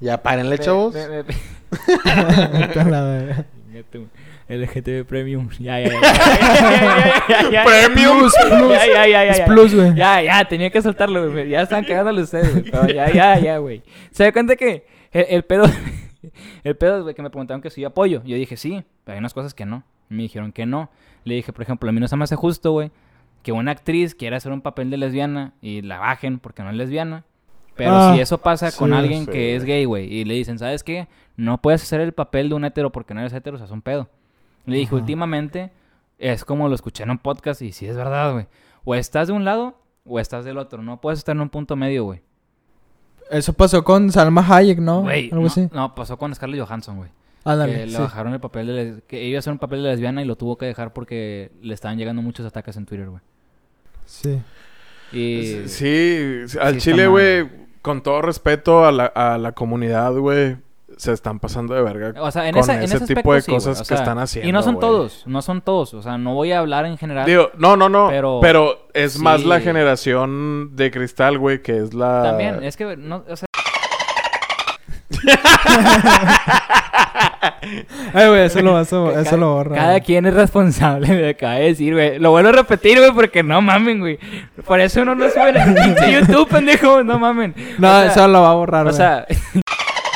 Ya párenle, chavos.
Me- me- me-
Vete a la verga.
Vete, güey. LGTB Premium. Ya, ya, ya. ya, ya, ya, ya.
Premium.
Plus, plus.
Ya, ya, ya, ya,
Es
ya.
plus, güey.
Ya, ya, tenía que soltarlo, güey. Ya están cagándole ustedes, güey. Pero ya, ya, ya, güey. Se da cuenta que el, el pedo. El pedo, güey, que me preguntaron que si yo apoyo. Yo dije sí, pero hay unas cosas que no. Me dijeron que no. Le dije, por ejemplo, a mí no se me hace justo, güey, que una actriz quiera hacer un papel de lesbiana y la bajen porque no es lesbiana. Pero
Ah,
si eso pasa con
sí,
alguien
sí,
que es
güey.
gay, güey, y le dicen, ¿sabes qué? No puedes hacer el papel de un hetero porque no eres hetero, o sea, es un pedo. Le dije,
Ajá.
últimamente, es como lo escuché en un podcast y sí es verdad, güey. O estás de un lado o estás del otro. No puedes estar en un punto medio, güey.
Eso pasó con Salma Hayek, ¿no?
Güey,
Algo
no,
así.
no, pasó con Scarlett Johansson, güey. que
Ándale.
le
sí.
bajaron el papel de... les- Que ella iba a hacer un papel de lesbiana y lo tuvo que dejar porque le estaban llegando muchos ataques en Twitter, güey.
Sí.
Y...
Sí, sí, al
está
chile,
mal.
güey, con todo respeto a la, a la comunidad, güey, se están pasando de verga.
O sea, en,
Con
esa- en
ese
ese
tipo de
aspecto sí, güey.
cosas
O
que
sea,
están haciendo,
Y no son
güey.
todos, no son todos. O sea, no voy a hablar en general.
Digo, no, no, no,
Pero-
pero, es más la
Sí.
generación de cristal, güey, que es la...
También, es que, no, o sea,
Ay, güey, eso lo, eso,
Ca-
eso lo borra.
Cada
güey.
quien es responsable de lo que va a decir, güey. Lo vuelvo a repetir, güey, porque no mamen, güey. Por eso no lo suben en pinche YouTube, pendejo. No mamen.
No,
O sea,
eso lo va a borrar,
O
güey.
sea,
Sí,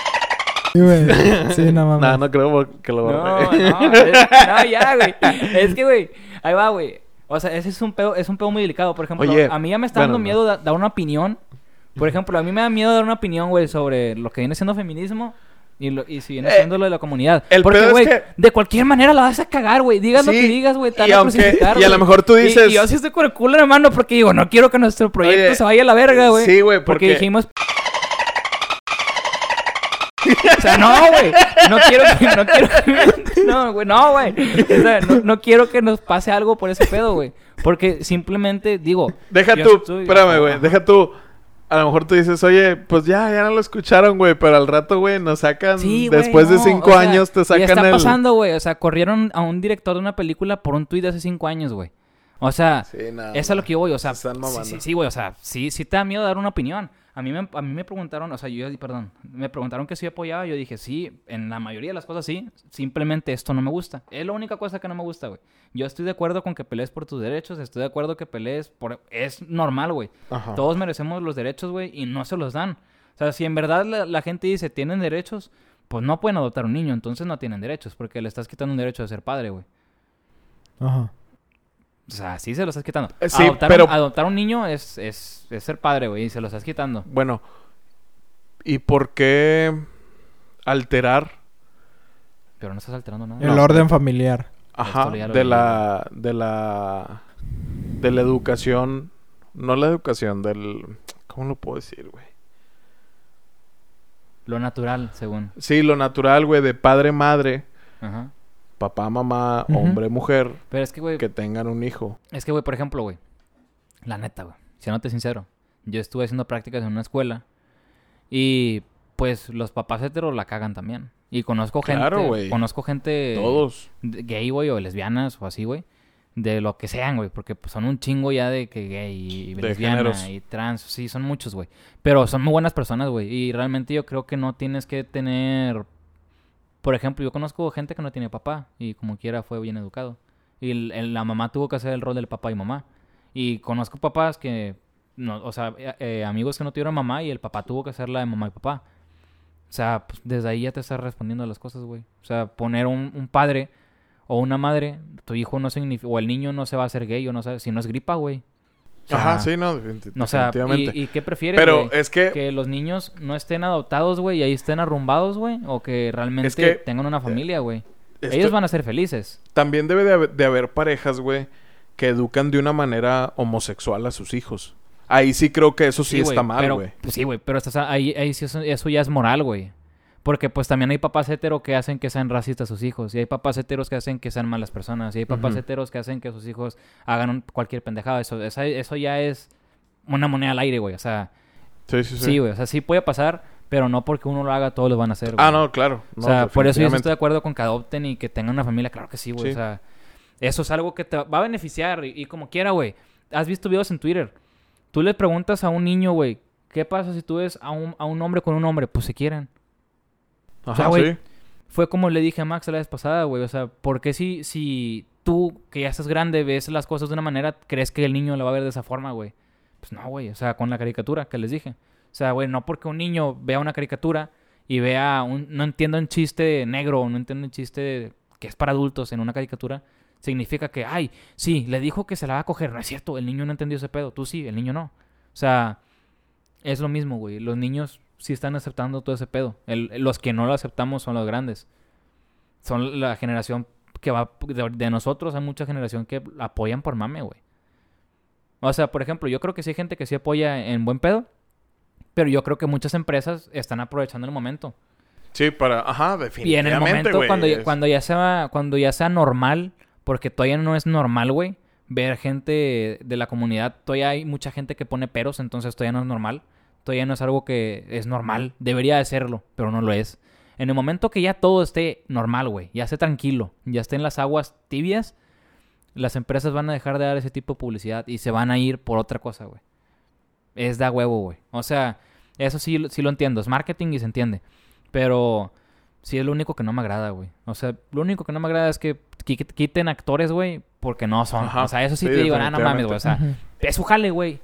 güey. Sí, no mames.
No, no creo que lo
no,
borre.
no, es- no, ya, güey. Es que, güey, ahí va, güey. O sea, ese es un pedo, es un pedo muy delicado. Por ejemplo,
Oye,
a mí ya me está
bueno,
dando
no.
miedo da- dar una opinión. Por ejemplo, a mí me da miedo dar una opinión, güey, sobre lo que viene siendo feminismo y, lo, y si viene
Eh,
siendo lo de la comunidad.
el
Porque,
pedo es
güey,
que-
de cualquier manera la vas a cagar, güey. Digas lo
Sí,
que digas, güey. te van
y
a
aunque-
crucificar,
y a
güey.
lo mejor tú
Y-
dices-
Y, yo sí estoy con el culo en la mano porque digo, no quiero que nuestro proyecto
Oye,
se vaya a la verga, güey.
sí, güey,
Porque
porque-
dijimos... O sea, no, güey. No quiero que... No, quiero que- no, güey. No, güey. O sea, no, no quiero que nos pase algo por ese pedo, güey. Porque simplemente digo...
Deja
yo
tú,
estoy-
espérame, güey,
Ajá.
deja tú. A lo mejor tú dices, oye, pues ya, ya no lo escucharon, güey, pero al rato, güey, nos sacan,
Sí, güey,
después de
no,
cinco
o sea,
años, te sacan
Y está
el...
pasando, güey. O sea, corrieron a un director de una película por un tuit de hace cinco años, güey. O sea,
Sí, no,
eso es lo
no.
que yo voy. O sea,
Se están
sí,
mamando.
sí, sí, güey. O sea, sí, sí te da miedo dar una opinión. A mí, me, a mí me preguntaron, o sea, yo, perdón, me preguntaron que sí apoyaba. Yo dije, sí, en la mayoría de las cosas sí. Simplemente esto no me gusta. Es la única cosa que no me gusta, güey. Yo estoy de acuerdo con que pelees por tus derechos. Estoy de acuerdo que pelees por... Es normal, güey.
Ajá.
Todos merecemos los derechos, güey, y no se los dan. O sea, si en verdad la, la gente dice tienen derechos, pues no pueden adoptar un niño, entonces no tienen derechos, porque le estás quitando un derecho de ser padre, güey.
Ajá.
O sea, sí se lo estás quitando.
Eh, sí,
adoptar,
pero-
un, adoptar un niño es, es, es ser padre, güey, y se lo estás quitando.
Bueno, ¿y por qué alterar
Pero no estás alterando nada.
El
No.
orden familiar.
ajá,
Esto ya lo
de
leí,
la de la de la educación, no la educación del ¿cómo lo puedo decir, güey?
Lo natural, según.
Sí, lo natural, güey, de padre madre,
Ajá.
papá mamá,
Ujú.
hombre mujer
Pero es que, güey,
que tengan un hijo.
es que, güey, por ejemplo, güey. La neta, güey. Siéndote sincero. Yo estuve haciendo prácticas en una escuela y, pues, los papás heteros la cagan también. Y conozco gente...
Claro, güey.
Conozco gente...
Todos.
de- gay, güey, o lesbianas o así, güey. De lo que sean, güey, porque pues, son un chingo ya de que gay y
De géneros.
lesbiana y trans, sí, son muchos, güey. Pero son muy buenas personas, güey. Y realmente yo creo que no tienes que tener... Por ejemplo, yo conozco gente que no tiene papá y como quiera fue bien educado. Y el- el- la mamá tuvo que hacer el rol del papá y mamá. Y conozco papás que... No, o sea, eh, eh, amigos que no tuvieron mamá y el papá tuvo que hacer la de mamá y papá. O sea, pues, desde ahí ya te estás respondiendo a las cosas, güey. O sea, poner un, un padre o una madre, tu hijo no significa, o el niño no se va a hacer gay o no sabe, si no es gripa, güey. O sea,
Ajá, sí, no, definit-
no, o sea,
definitivamente.
¿y, y qué prefieres,
Pero
güey?
es que,
Que los niños no estén adoptados, güey, y ahí estén arrumbados, güey, o que realmente
Es que- eh,
tengan una familia, güey.
esto-
Ellos van a ser felices.
también debe de haber, de haber parejas, güey, que educan de una manera homosexual a sus hijos. Ahí sí creo que eso sí,
güey,
está mal,
pero-
güey.
pues sí, güey, pero estás a- ahí, ahí sí eso, eso ya es moral, güey. Porque pues también hay papás heteros que hacen que sean racistas sus hijos. Y hay papás heteros que hacen que sean malas personas. Y hay papás
Ujú.
heteros que hacen que sus hijos hagan un- cualquier pendejada. Eso, esa- eso ya es una moneda al aire, güey. O sea,
Sí, sí, sí.
Sí, güey. O sea, sí puede pasar, pero no porque uno lo haga, todos lo van a hacer.
ah,
güey.
no, claro.
O
No,
sea, por eso yo sí
definitivamente.
estoy de acuerdo con que adopten y que tengan una familia. Claro que sí, güey.
Sí.
O sea, eso es algo que te va a beneficiar y, y como quiera, güey. ¿Has visto videos en Twitter? Tú le preguntas a un niño, güey, ¿qué pasa si tú ves a un, a un hombre con un hombre? Pues se quieren.
Ajá,
sea, güey,
sí.
Fue como le dije a Max la vez pasada, güey. O sea, ¿por qué si, si tú, que ya estás grande, ves las cosas de una manera, crees que el niño la va a ver de esa forma, güey? Pues no, güey. O sea, con la caricatura que les dije. O sea, güey, no porque un niño vea una caricatura y vea un... No entienda un chiste negro, no entienda un chiste que es para adultos en una caricatura, significa que, ay, sí, le dijo que se la va a coger. No es cierto, el niño no entendió ese pedo. Tú sí, el niño no. O sea, es lo mismo, güey. Los niños sí están aceptando todo ese pedo. El- los que no lo aceptamos son los grandes. Son la generación que va... De, de nosotros hay mucha generación que apoyan por mame, güey. O sea, por ejemplo, yo creo que sí hay gente que sí apoya en buen pedo. Pero yo creo que muchas empresas están aprovechando el momento.
Sí, para... Ajá, definitivamente,
Y en el momento
güey,
cuando, ya-
es-
cuando ya sea cuando ya sea normal, porque todavía no es normal, güey, ver gente de la comunidad, todavía hay mucha gente que pone peros, entonces todavía no es normal. Todavía no es algo que es normal, debería de serlo, pero no lo es. En el momento que ya todo esté normal, güey, ya esté tranquilo, ya esté en las aguas tibias, las empresas van a dejar de dar ese tipo de publicidad y se van a ir por otra cosa, güey. Es da huevo, güey. O sea, eso sí, lo- sí lo entiendo. Es marketing y se entiende. Pero sí es lo único que no me agrada, güey. O sea, lo único que no me agrada es que qui- quiten actores, güey, porque no son.
Ajá.
O sea, eso sí,
Sí,
te digo, ah, no mames, güey. O sea,
Ujú.
es su jale, güey.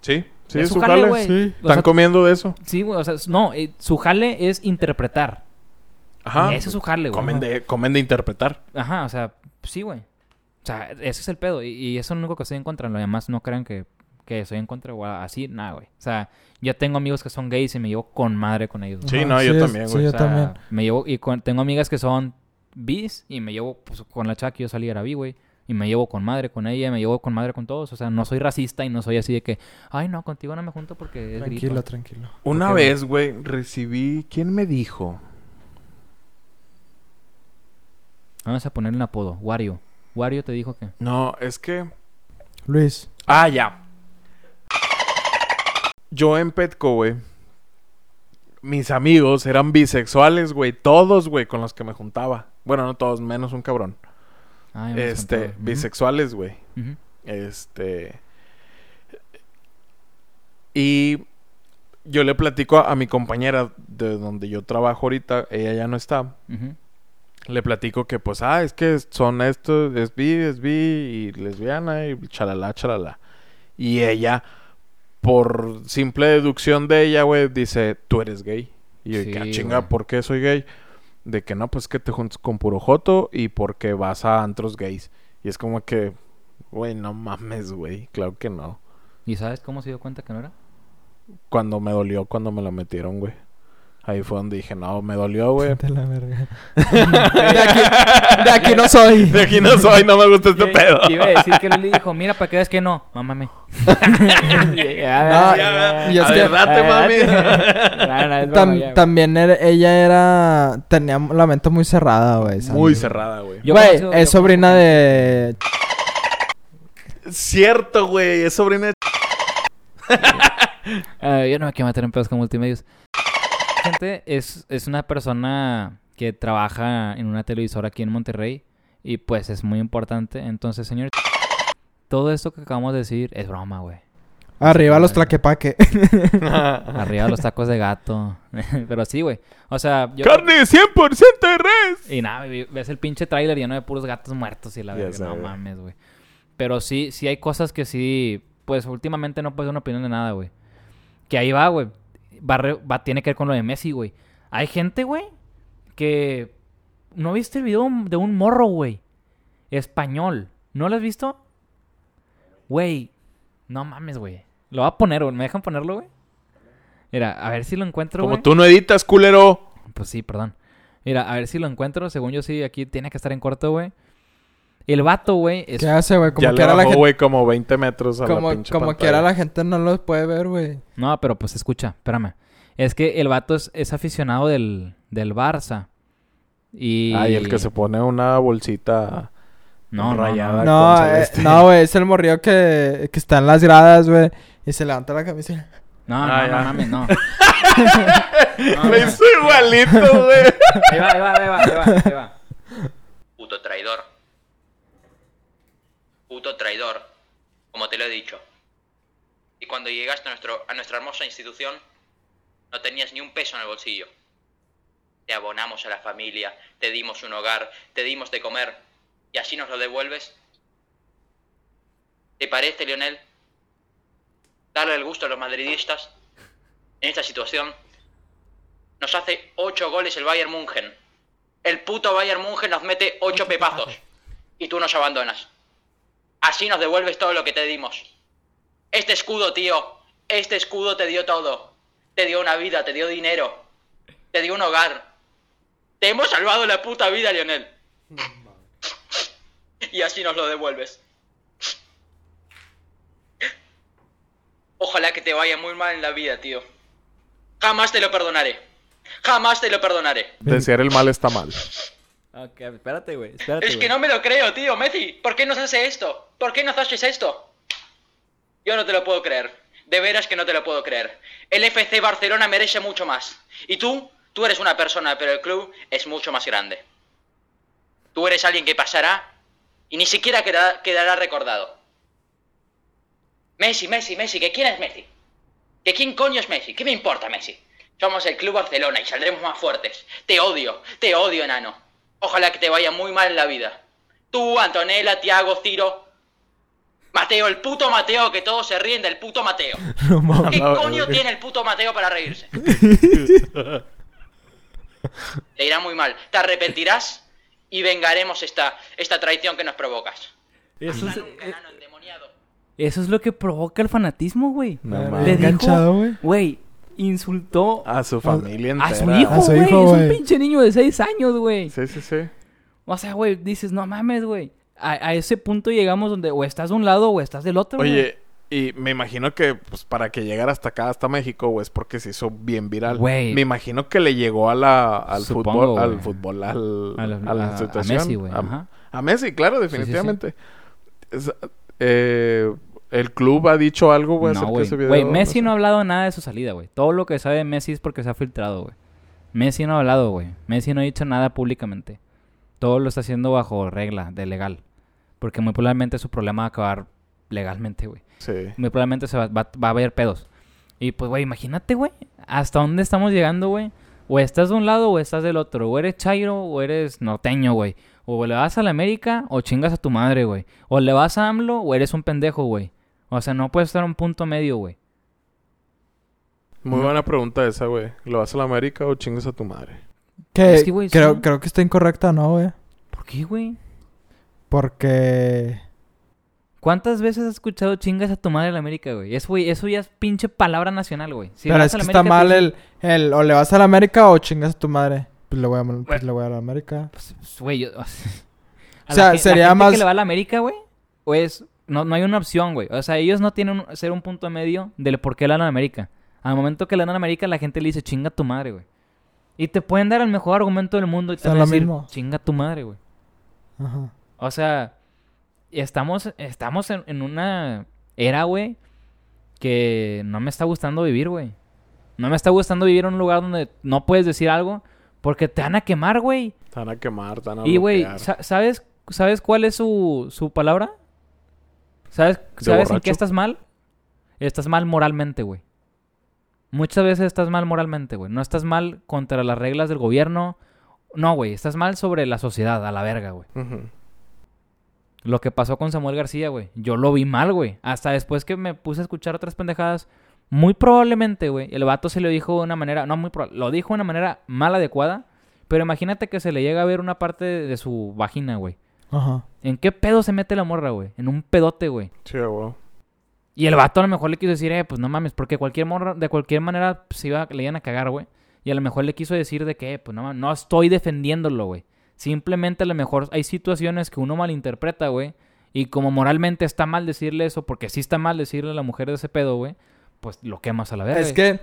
Sí, sí,
Es
es
su
su
jale,
jale,
güey.
sí.
O
Están
sea,
comiendo de eso.
Sí, güey. O sea, es- no, eh, su jale es interpretar.
Ajá.
Ese es su jale, güey.
comen, de, comen de interpretar.
Ajá, o sea, sí, güey. O sea, ese es el pedo. Y, y eso es lo único que estoy en contra. Lo demás no crean que, que soy en contra o así, nada, güey. O sea, yo tengo amigos que son gays y me llevo con madre con ellos. güey.
Sí,
Ajá,
no, yo
es-
también, güey.
Sí, yo
O sea,
también.
Me llevo, y con- tengo amigas que son bis y me llevo pues, con la chava que yo salí era bi, güey. Y me llevo con madre con ella, me llevo con madre con todos. O sea, no soy racista y no soy así de que, ay, no, contigo no me junto porque es
Tranquilo,
grito.
tranquilo.
Una
Ok,
vez, güey, recibí... ¿Quién me dijo?
Vamos a ponerle un apodo, Wario. Wario te dijo que.
No, es que...
Luis.
Ah, ya. Yo en Petco, güey. Mis amigos eran bisexuales, güey. Todos, güey, con los que me juntaba. Bueno, no todos, menos un cabrón.
"Ay, me
Este,
descontó". Ujú,
bisexuales, güey.
ujú.
Este. Y yo le platico a, a mi compañera de donde yo trabajo ahorita, ella ya no está.
Ujú.
Le platico que, pues, ah, es que son estos, es bi, es bi, y lesbiana, y chalala, chalala. Y ella, por simple deducción de ella, güey, dice, tú eres gay. Y yo,
Sí,
"Ah, chinga,
güey.
¿por qué soy gay? De que no, pues que te juntas con puro joto y porque vas a antros gays. Y es como que, güey, no mames, güey, claro que no.
¿Y sabes cómo se dio cuenta que no era?
Cuando me dolió, cuando me lo metieron, güey. Ahí fue donde dije, no, me dolió, güey.
De la verga. de, aquí, de aquí no soy.
De aquí no soy, no me gusta este
Yo-
pedo.
yo Iba a decir que Luli dijo, mira, para que veas que no. Mámame. "Ah,
Ah,
No, Ah, y es
A
que-
ver, date, mami.
Ah,
Tam- también era- ella era. Tenía la mente muy cerrada, güey. Sandy.
Muy cerrada, güey.
Yo
Güey,
conozco-
es
yo-
sobrina de.
Cierto, güey. Es sobrina de...
Eh, yo no me quiero meter en pedos con multimedios. Gente es, es una persona que trabaja en una televisora aquí en Monterrey y pues es muy importante. Entonces, señor, todo esto que acabamos de decir es broma, güey.
Arriba los tlaquepaque.
Arriba los tacos de gato. Pero sí, güey. O sea, yo...
Carne 100% de res.
Y nada, güey, ves el pinche tráiler lleno de puros gatos muertos y la
Ya
verdad,
sé,
no
güey.
mames, güey. Pero sí, sí hay cosas que sí, pues últimamente no puedes dar una opinión de nada, güey. Que ahí va, güey. Va, re- va- tiene que ver con lo de Messi, güey. Hay gente, güey, que no viste el video de un morro, güey. Español. ¿No lo has visto? Güey, no mames, güey. Lo va a poner, güey. ¿Me dejan ponerlo, güey? Mira, a ver si lo encuentro,
Como
güey.
tú no editas, culero.
Pues sí, perdón. Mira, a ver si lo encuentro. Según yo sí, aquí tiene que estar en corto, güey. El vato, güey, es...
¿Qué hace, güey? Como
ya le
quiera la
bajó,
gente.
güey, como 20 metros a la
Como,
pinche
como
pantalla.
quiera la gente no los puede ver, güey.
No, pero pues escucha, espérame. Es que el vato es, es aficionado del, del Barça. Y...
Ah, y el que se pone una bolsita...
No, no,
rayada.
no.
No,
con
eh,
celeste.
no, güey, es el morrillo que, que está en las gradas, güey. Y se levanta la camisa.
No, no,
Ah,
no,
ya.
mames, no.
Me hizo igualito, güey.
Ahí va, ahí va, ahí va, ahí va, ahí va.
Puto traidor. Puto traidor. Como te lo he dicho. Y cuando llegaste a, nuestro, a nuestra hermosa institución, no tenías ni un peso en el bolsillo. Te abonamos a la familia, te dimos un hogar, te dimos de comer, y así nos lo devuelves. ¿Te parece, Lionel? Darle el gusto a los madridistas en esta situación. Nos hace ocho goles el Bayern München. El puto Bayern München nos mete ocho pepazos. Y tú nos abandonas. Así nos devuelves todo lo que te dimos. Este escudo, tío. Este escudo te dio todo. Te dio una vida, te dio dinero. Te dio un hogar. Te hemos salvado la puta vida, Lionel. Y así nos lo devuelves. Ojalá que te vaya muy mal en la vida, tío. Jamás te lo perdonaré. Jamás te lo perdonaré.
Desear el mal está mal.
Ok, espérate, güey, espérate,
Es que
güey.
no me lo creo, tío, Messi. ¿Por qué nos hace esto? ¿Por qué nos haces esto? Yo no te lo puedo creer. De veras que no te lo puedo creer. El FC Barcelona merece mucho más. Y tú, tú eres una persona, pero el club es mucho más grande. Tú eres alguien que pasará y ni siquiera queda- quedará recordado. Messi, Messi, Messi, ¿que quién es Messi? ¿Que quién coño es Messi? ¿Qué me importa Messi? Somos el Club Barcelona y saldremos más fuertes. Te odio, te odio, enano. Ojalá que te vaya muy mal en la vida. Tú, Antonella, Tiago, Ciro. Mateo, el puto Mateo, que todos se ríen del puto Mateo. ¿Qué
No,
coño
ok.
tiene el puto Mateo para reírse? Te irá muy mal. Te arrepentirás y vengaremos esta, esta traición que nos provocas.
Eso es,
Nunca, enano endemoniado.
eso es lo que provoca el fanatismo, güey.
No
Verga,
mames.
Le dijo-
enganchado, güey.
Güey, insultó
A su familia entera.
a su Ah, hijo,
A su
güey.
hijo,
Es un
güey.
pinche niño de 6 años, güey.
Sí, sí, sí.
O sea, güey, dices, no mames, güey. A, a ese punto llegamos donde o estás de un lado o estás del otro, güey.
Oye, y me imagino que pues, para que llegara hasta acá, hasta México, güey, es porque se hizo bien viral.
Güey.
Me imagino que le llegó a la, al
Supongo,
fútbol, al
güey.
fútbol, al,
A
a,
la-
la,
a- a
situación.
Messi, güey,
A,
ajá.
a Messi, claro,
sí, sí.
definitivamente. Es- eh, el club ha dicho algo, güey,
no,
acerca de
güey.
ese video.
Güey, Messi no ha
sé.
hablado nada de su salida, güey. Todo lo que sabe Messi es porque se ha filtrado, güey. Messi no ha hablado, güey. Messi no ha dicho nada públicamente. Todo lo está haciendo bajo regla de legal. Porque muy probablemente su problema va a acabar legalmente, güey.
Sí.
muy probablemente se va, va- va a haber pedos. Y pues, güey, imagínate, güey, hasta dónde estamos llegando, güey. O estás de un lado o estás del otro. O eres chairo o eres norteño, güey. O le vas a la América o chingas a tu madre, güey. O le vas a AMLO o eres un pendejo, güey. O sea, no puedes estar en un punto medio, güey.
Muy buena pregunta esa, güey. ¿Lo vas a la América o chingas a tu madre?
Que
Es que, güey,
creo,
sí.
creo que está incorrecta, ¿no, güey?
¿Por qué, güey?
Porque.
¿Cuántas veces has escuchado chingas a tu madre la América, güey? Eso, güey, eso ya es pinche palabra nacional, güey. Si
Pero
vas
es
a
que
la
está
América, pues,
mal
te-
el, el... O le vas a la América o chingas a tu madre. Pues le voy a, pues le voy a la América.
Pues, pues, güey, yo...
O sea, sería
gente que
más-
le va a la América, güey? O es... No, no hay una opción, güey. O sea, ellos no tienen un- ser un punto medio del por qué le dan a la América. Al momento que le dan a la América, la gente le dice, chinga tu madre, güey. Y te pueden dar el mejor argumento del mundo y te
Son
van a
lo
decir,
mismo.
chinga tu madre, güey.
Ajá.
O sea, estamos, estamos en, en una era, güey, que no me está gustando vivir, güey. No me está gustando vivir en un lugar donde no puedes decir algo porque te van a quemar, güey.
Te van a quemar, te van a
Y, güey,
bloquear.
sa- ¿sabes, ¿sabes cuál es su, su palabra? ¿Sabes,
¿De
¿sabes en
borracho?
qué estás mal? Estás mal moralmente, güey. Muchas veces estás mal moralmente, güey. No estás mal contra las reglas del gobierno. No, güey, estás mal sobre la sociedad, a la verga, güey.
Ujú.
Lo que pasó con Samuel García, güey. Yo lo vi mal, güey. Hasta después que me puse a escuchar otras pendejadas. Muy probablemente, güey. El vato se lo dijo de una manera. No, muy probable. Lo dijo de una manera mal adecuada. Pero imagínate que se le llega a ver una parte de, de su vagina, güey.
Ajá.
¿En qué pedo se mete la morra, güey? En un pedote, güey.
Sí, güey.
Y el vato a lo mejor le quiso decir, eh, pues no mames, porque cualquier morra, de cualquier manera se iba, le iban a cagar, güey. Y a lo mejor le quiso decir de que, eh, pues no mames, no estoy defendiéndolo, güey. Simplemente a lo mejor hay situaciones que uno malinterpreta, güey. Y como moralmente está mal decirle eso, porque sí está mal decirle a la mujer de ese pedo, güey, pues lo quemas a la verga.
Es que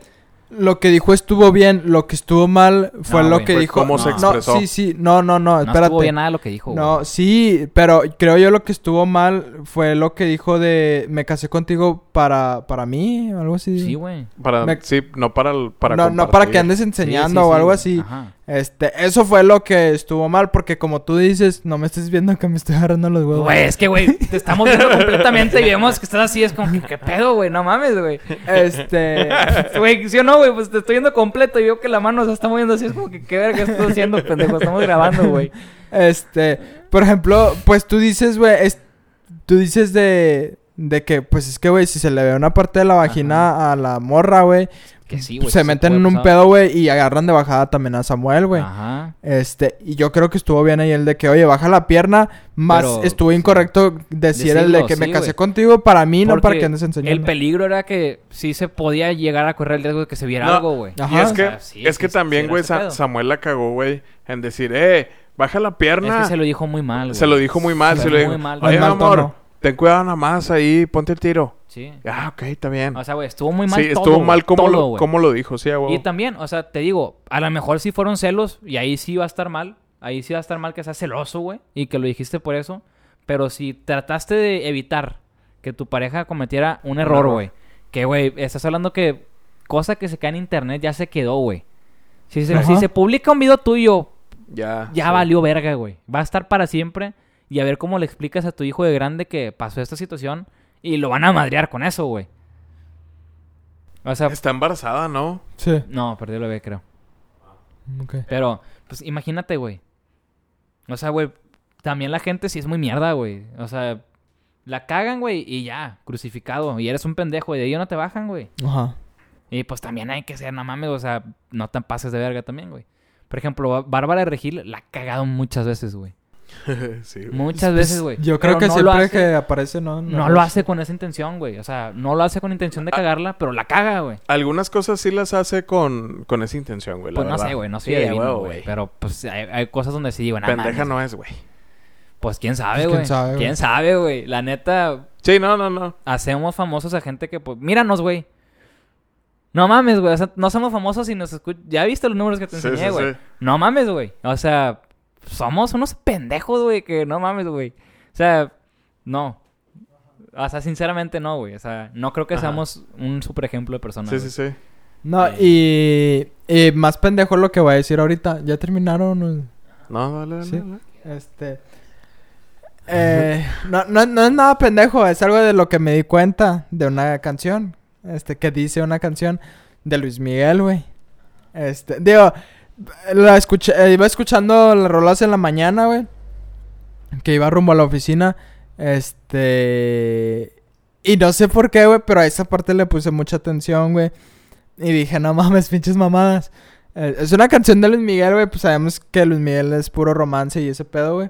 lo que dijo estuvo bien, lo que estuvo mal fue
No,
lo
güey.
que
Ah, Fue
dijo.
cómo
no,
se expresó.
No, sí, sí, no, no, no,
no estuvo
espérate.
bien nada lo que dijo, güey.
No, sí, pero creo yo lo que estuvo mal fue lo que dijo de me casé contigo para para mí o algo así.
Sí, güey.
Para,
Me-
Sí, no para el- para
no, no para que
compartir.
andes
Sí,
enseñando
sí,
o
sí,
algo
güey.
así.
Ajá.
Este, eso fue lo que estuvo mal porque como tú dices, no me estés viendo que me estoy agarrando los huevos.
Güey, es que, güey, te estamos viendo completamente y vemos que estás así. Es como que, ¿qué pedo, güey? No mames, güey.
Este,
Güey, ¿sí o no, güey? Pues te estoy viendo completo y veo que la mano se está moviendo así. Es como que, ¿qué verga estás haciendo, pendejo? Estamos grabando, güey.
Este, por ejemplo, pues tú dices, güey, es- tú dices de, de que, pues es que, güey, si se le ve una parte de la vagina a la morra, güey,
Que sí,
Pues se meten en un pedo, güey, y agarran de bajada también a Samuel, güey.
Ajá.
Este, y yo creo que estuvo bien ahí el de que, oye, baja la pierna, más
Pero,
estuvo incorrecto decir el de
decirlo,
que me
sí,
casé
güey.
contigo para mí, no para
Porque
que andes enseñando.
El peligro era que sí se podía llegar a correr el riesgo de que se viera
No,
algo, güey.
Ajá.
Y es
O
que,
sea, sí,
es
sí,
que
sí,
también,
sí,
güey,
ese
Sa-
pedo.
Samuel la cagó, güey, en decir, eh, baja la
Es
pierna.
que se lo dijo muy mal, güey.
Se lo dijo muy mal,
Se
se
lo
lo
dijo
dijo.
muy mal,
Oye,
güey. Mal
amor,
tono.
ten cuidado nada más ahí, ponte el tiro.
Sí.
Ah, ok, está bien.
O sea, güey, estuvo muy mal
sí,
todo,
estuvo
güey,
mal como,
todo,
lo,
güey.
como lo dijo, sí, güey.
Y también, o sea, te digo, a lo mejor sí fueron celos y ahí sí va a estar mal. Ahí sí va a estar mal que seas celoso, güey, y que lo dijiste por eso. Pero si trataste de evitar que tu pareja cometiera un error,
error.
güey. Que, güey, estás hablando que cosa que se cae en internet ya se quedó, güey. Si se,
Ajá.
si se publica un video tuyo,
Ya.
ya
sí.
valió verga, güey. Va a estar para siempre. Y a ver cómo le explicas a tu hijo de grande que pasó esta situación. Y lo van a madrear con eso, güey. O sea,
Está embarazada, ¿no?
Sí,
no, perdió el bebé, creo.
ok.
Pero, pues imagínate, güey. O sea, güey, también la gente sí es muy mierda, güey. O sea, la cagan, güey, y ya, crucificado. Y eres un pendejo, y de ahí no te bajan, güey.
Ajá.
Y pues también hay que ser, no mames, o sea, no te pases de verga también, güey. Por ejemplo, Bá- Bárbara de Regil la ha cagado muchas veces, güey.
sí, güey.
Muchas veces, güey.
Pues, Yo
Pero
creo que
no lo
siempre
hace-
que aparece, no.
No lo hace con esa intención, güey. O sea, no lo hace con intención de
Ah.
cagarla, pero la caga, güey.
Algunas cosas sí las hace con, con esa intención, güey. la
Pues no
verdad.
sé, güey, no
Sí,
soy adivino,
huevo,
güey. Pero pues hay, hay cosas donde sí digo, nada.
Pendeja no es, güey.
Pues quién sabe,
Pues,
güey.
quién sabe, güey.
quién sabe, güey. La neta,
Sí, no, no, no.
hacemos famosos a gente que, pues, míranos, güey. No mames, güey. O sea, no somos famosos y nos escuchan. Ya viste los números que te
Sí,
enseñé,
sí,
güey.
sí.
No mames, güey. O sea, somos unos pendejos, güey, que no mames, güey. O sea, no. O sea, sinceramente no, güey. O sea, no creo que
Ajá.
seamos un super ejemplo de persona.
Sí,
güey.
sí, sí.
No, y, y más pendejo lo que voy a decir ahorita. ¿Ya terminaron?
No, dale, dale.
Sí.
dale.
Este. eh, no, no, no es nada pendejo, es algo de lo que me di cuenta de una canción. Este, que dice una canción de Luis Miguel, güey. Este, digo, la escuché, eh, iba escuchando las rolas en la mañana, güey. Que iba rumbo a la oficina. Este. Y no sé por qué, güey, pero a esa parte le puse mucha atención, güey. Y dije, no mames, pinches mamadas. Eh, Es una canción de Luis Miguel, güey. Pues sabemos que Luis Miguel es puro romance y ese pedo, güey.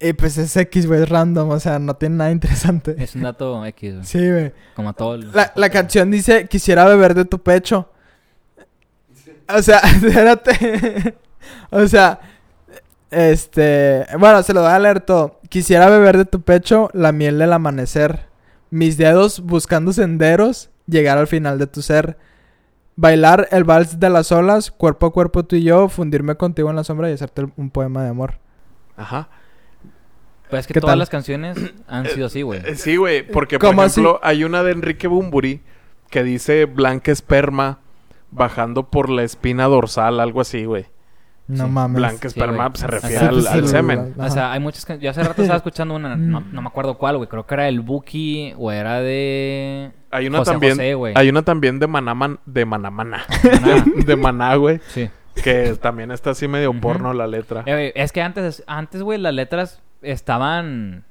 Y pues es X, güey, es random, o sea, no tiene nada interesante.
Es un dato X, güey.
Sí, güey.
Como todo. el-
La, la canción dice, quisiera beber de tu pecho. O sea, espérate. o sea, este... Bueno, se lo voy a leer todo. Quisiera beber de tu pecho la miel del amanecer. Mis dedos buscando senderos, llegar al final de tu ser. Bailar el vals de las olas, cuerpo a cuerpo tú y yo, fundirme contigo en la sombra y hacerte un poema de amor.
Ajá.
Pues es que
¿Qué
todas
tal?
las canciones han sido así, güey.
Eh, Sí, güey, porque por
¿Cómo así?
ejemplo hay una de Enrique Bumburi que dice blanca esperma bajando por la espina dorsal, algo así, güey.
No
Sí,
mames.
Blanca
Sí,
esperma
güey.
se
Sí,
refiere
pues,
al,
sí,
al
lo-
semen.
O sea, hay muchas can- Yo hace rato estaba escuchando una, no,
Mm.
no me acuerdo cuál, güey. Creo que era el Buki o era de.
Hay una
José
también,
José, güey.
hay una también de Manaman, de Manamana,
Maná.
de Maná, güey,
sí.
que también está así medio
Ujú.
porno la letra.
Eh, güey, es que antes, antes, güey, las letras estaban.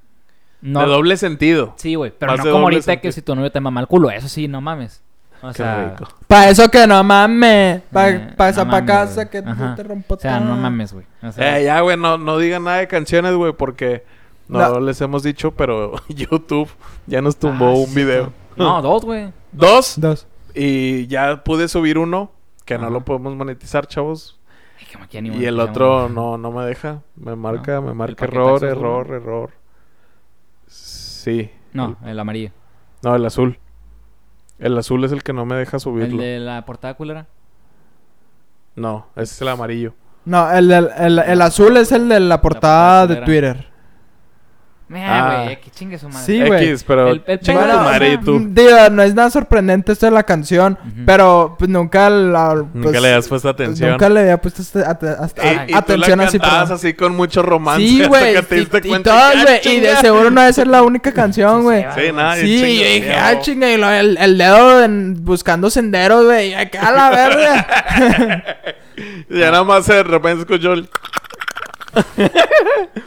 De
No.
doble sentido.
Sí, güey. Pero
Más
no
de
como
doble
ahorita que
sentido.
si tu novio te mama el culo. Eso sí, no mames. O
Qué
sea.
rico.
Pa' eso que no mames.
Eh,
Pa, pa'
no
esa pa'
mames,
casa
güey.
que
Ajá.
yo te rompo
O sea, no
todo.
mames, güey. O sea,
Eh, ya, güey, no, no digan nada de canciones, güey, porque no,
No.
les hemos dicho, pero YouTube ya nos tumbó
Ah,
un
sí,
video.
No, dos, güey.
Dos.
Dos.
Y ya pude subir uno, que no
Ajá.
lo podemos monetizar, chavos.
Ay, que me- que ni
Y
me-
el
que
otro no, no me deja. Me marca,
No.
me
¿El
marca
paquetazo
error,
azul?
error, error. Sí.
No, el amarillo.
No, el azul. El azul es el que no me deja
El
subirlo.
de la portada culera.
No, ese es el amarillo.
No, el, del- el- el azul es el de la portada
portada
de
culera.
Twitter.
Ah.
Mira, Eh, güey, que chingue su madre.
Sí, güey.
X, pero
El- el
chinga
pedo,
tu madre,
o sea,
tú.
Digo, no es nada sorprendente esto de la canción,
Ujú.
pero pues, nunca la,
Nunca
pues,
le has puesto
pues,
atención.
nunca le había puesto este- ate- hasta-
Eh, y
atención
tú la
así.
cantabas
perdón.
así con mucho romance.
Sí,
hasta
güey.
que te
Y,
diste
y
cuenta
todas,
¡ah,
güey. Y de
chinga!
seguro no es la única canción, güey.
Sí, nada,
Sí,
chingo,
yo dije,
sí,
ah,
huevo.
chinga, y lo- el, el dedo en- buscando senderos, güey. Acá a la verga.
Y ya nada más de repente escucho el...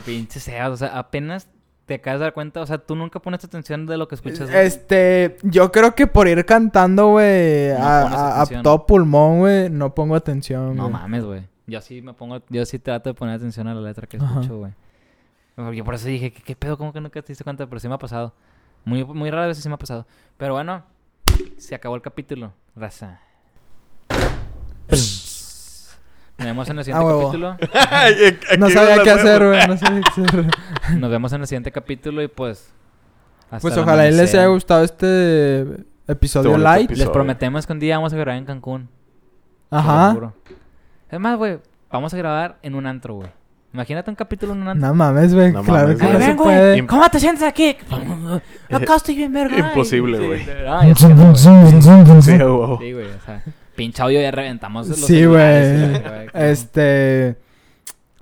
Pinche Sebas, o sea, apenas te acabas de dar cuenta, o sea, tú nunca pones atención de lo que escuchas. güey.
Este, yo creo que por ir cantando, güey,
No
a,
pones
a- a
atención.
todo pulmón, güey, no pongo atención.
No
güey.
mames, güey. Yo sí me pongo, yo sí trato de poner atención a la letra que
Ajá.
escucho, güey. Porque por eso dije, ¿qué, qué pedo? ¿Cómo que nunca te diste cuenta? Pero sí me ha pasado. Muy, muy rara vez sí me ha pasado. Pero bueno, se acabó el capítulo, raza. Nos vemos en el siguiente
Ah, huevo.
capítulo.
Aquí
No
me
sabía
la
qué
sé.
hacer, güey. No sabía qué hacer.
Nos vemos en el siguiente capítulo y pues. hasta
Pues
el
ojalá y les
amanecer.
haya gustado este
Este
episodio
bonito
light.
episodio.
Les prometemos que un día vamos a grabar en Cancún. Te lo
Ajá.
juro. Es más, güey, vamos a grabar en un antro, güey. Imagínate un capítulo en un antro.
No mames, güey.
No
claro
mames,
que
güey.
no
Ay,
se
ven,
puede.
Im-
¿Cómo te sientes aquí? Acá estoy bien verga.
Imposible, güey.
Ah, ya sé, güey.
Sí, huevo.
Sí, güey, o sea, pinche audio ya reventamos los
Sí,
celulares,
güey.
como-
Este.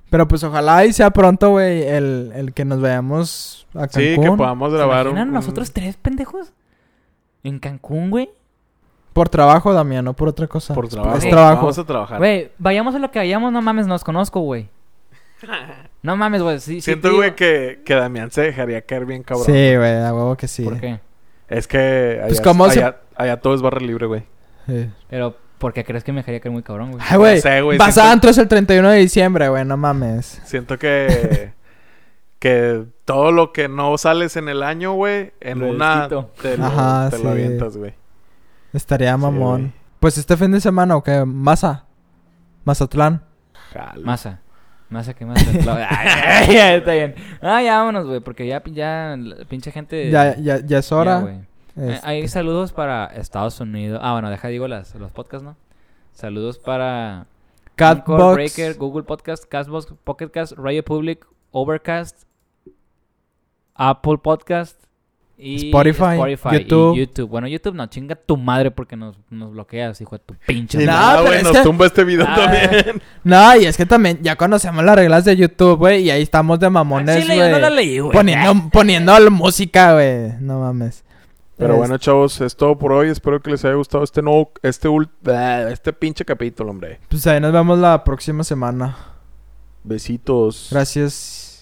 Pero pues ojalá y sea pronto, güey, el, el que nos veamos a Cancún.
Sí, que podamos
¿Se
grabar
imaginan
un-
nosotros tres pendejos? En Cancún, güey.
Por trabajo, Damián, no por otra cosa.
Por trabajo.
Es trabajo.
Vamos a trabajar.
Güey, vayamos a lo que vayamos, no mames, nos conozco, güey. No mames, güey. Sí, sí te
Siento,
digo.
güey, que, que Damián se dejaría caer bien cabrón.
Sí, güey, a huevo que sí.
¿Por qué?
Es que allá,
Pues, ¿cómo se-
allá, allá todo es barra libre, güey.
Sí.
Pero, ¿por qué crees que me dejaría caer muy cabrón, güey?
Ay, güey.
No sé, güey,
Vas a
siento-
antros el 31 de diciembre, güey, no mames.
Siento que... que todo lo que no sales en el año, güey, en
Lo
una...
desquito.
Te lo,
Ajá,
te lo
sí.
avientas, güey.
Estaría
güey.
mamón. pues este fin de semana, ¿o qué? Masa. Mazatlán.
Jalo.
Masa. Masa que masa. Ay, ay, ay, está bien. Ah, ya vámonos, güey, porque ya, ya la pinche gente.
Ya, este. ya, ya es
Eh, ya,
hora.
güey. Eh,
Es-
Hay saludos para Estados Unidos. Ah, bueno, deja digo las, los podcasts, ¿no? Saludos para Anchor,
Catbox.
Breaker, Google Podcast, Castbox, Pocketcast, Radio Public, Overcast, Apple Podcast y
Spotify,
y
YouTube.
YouTube. Bueno, YouTube no, chinga tu madre porque nos, nos bloqueas, hijo de tu pinche
Y
No,
madre.
nada,
pero
güey,
es
nos
que-
tumba este video
Ah,
también.
No, y es que también ya conocemos las reglas de YouTube, güey, y ahí estamos de
Al
mamones,
chile yo no la
güey.
leí, güey.
Poniendo, poniendo la música, güey. No mames.
Pero
Es-
bueno, chavos, es todo por hoy. Espero que les haya gustado este nuevo... Este, ul- este pinche capítulo, hombre.
Pues ahí nos vemos la próxima semana.
Besitos.
Gracias.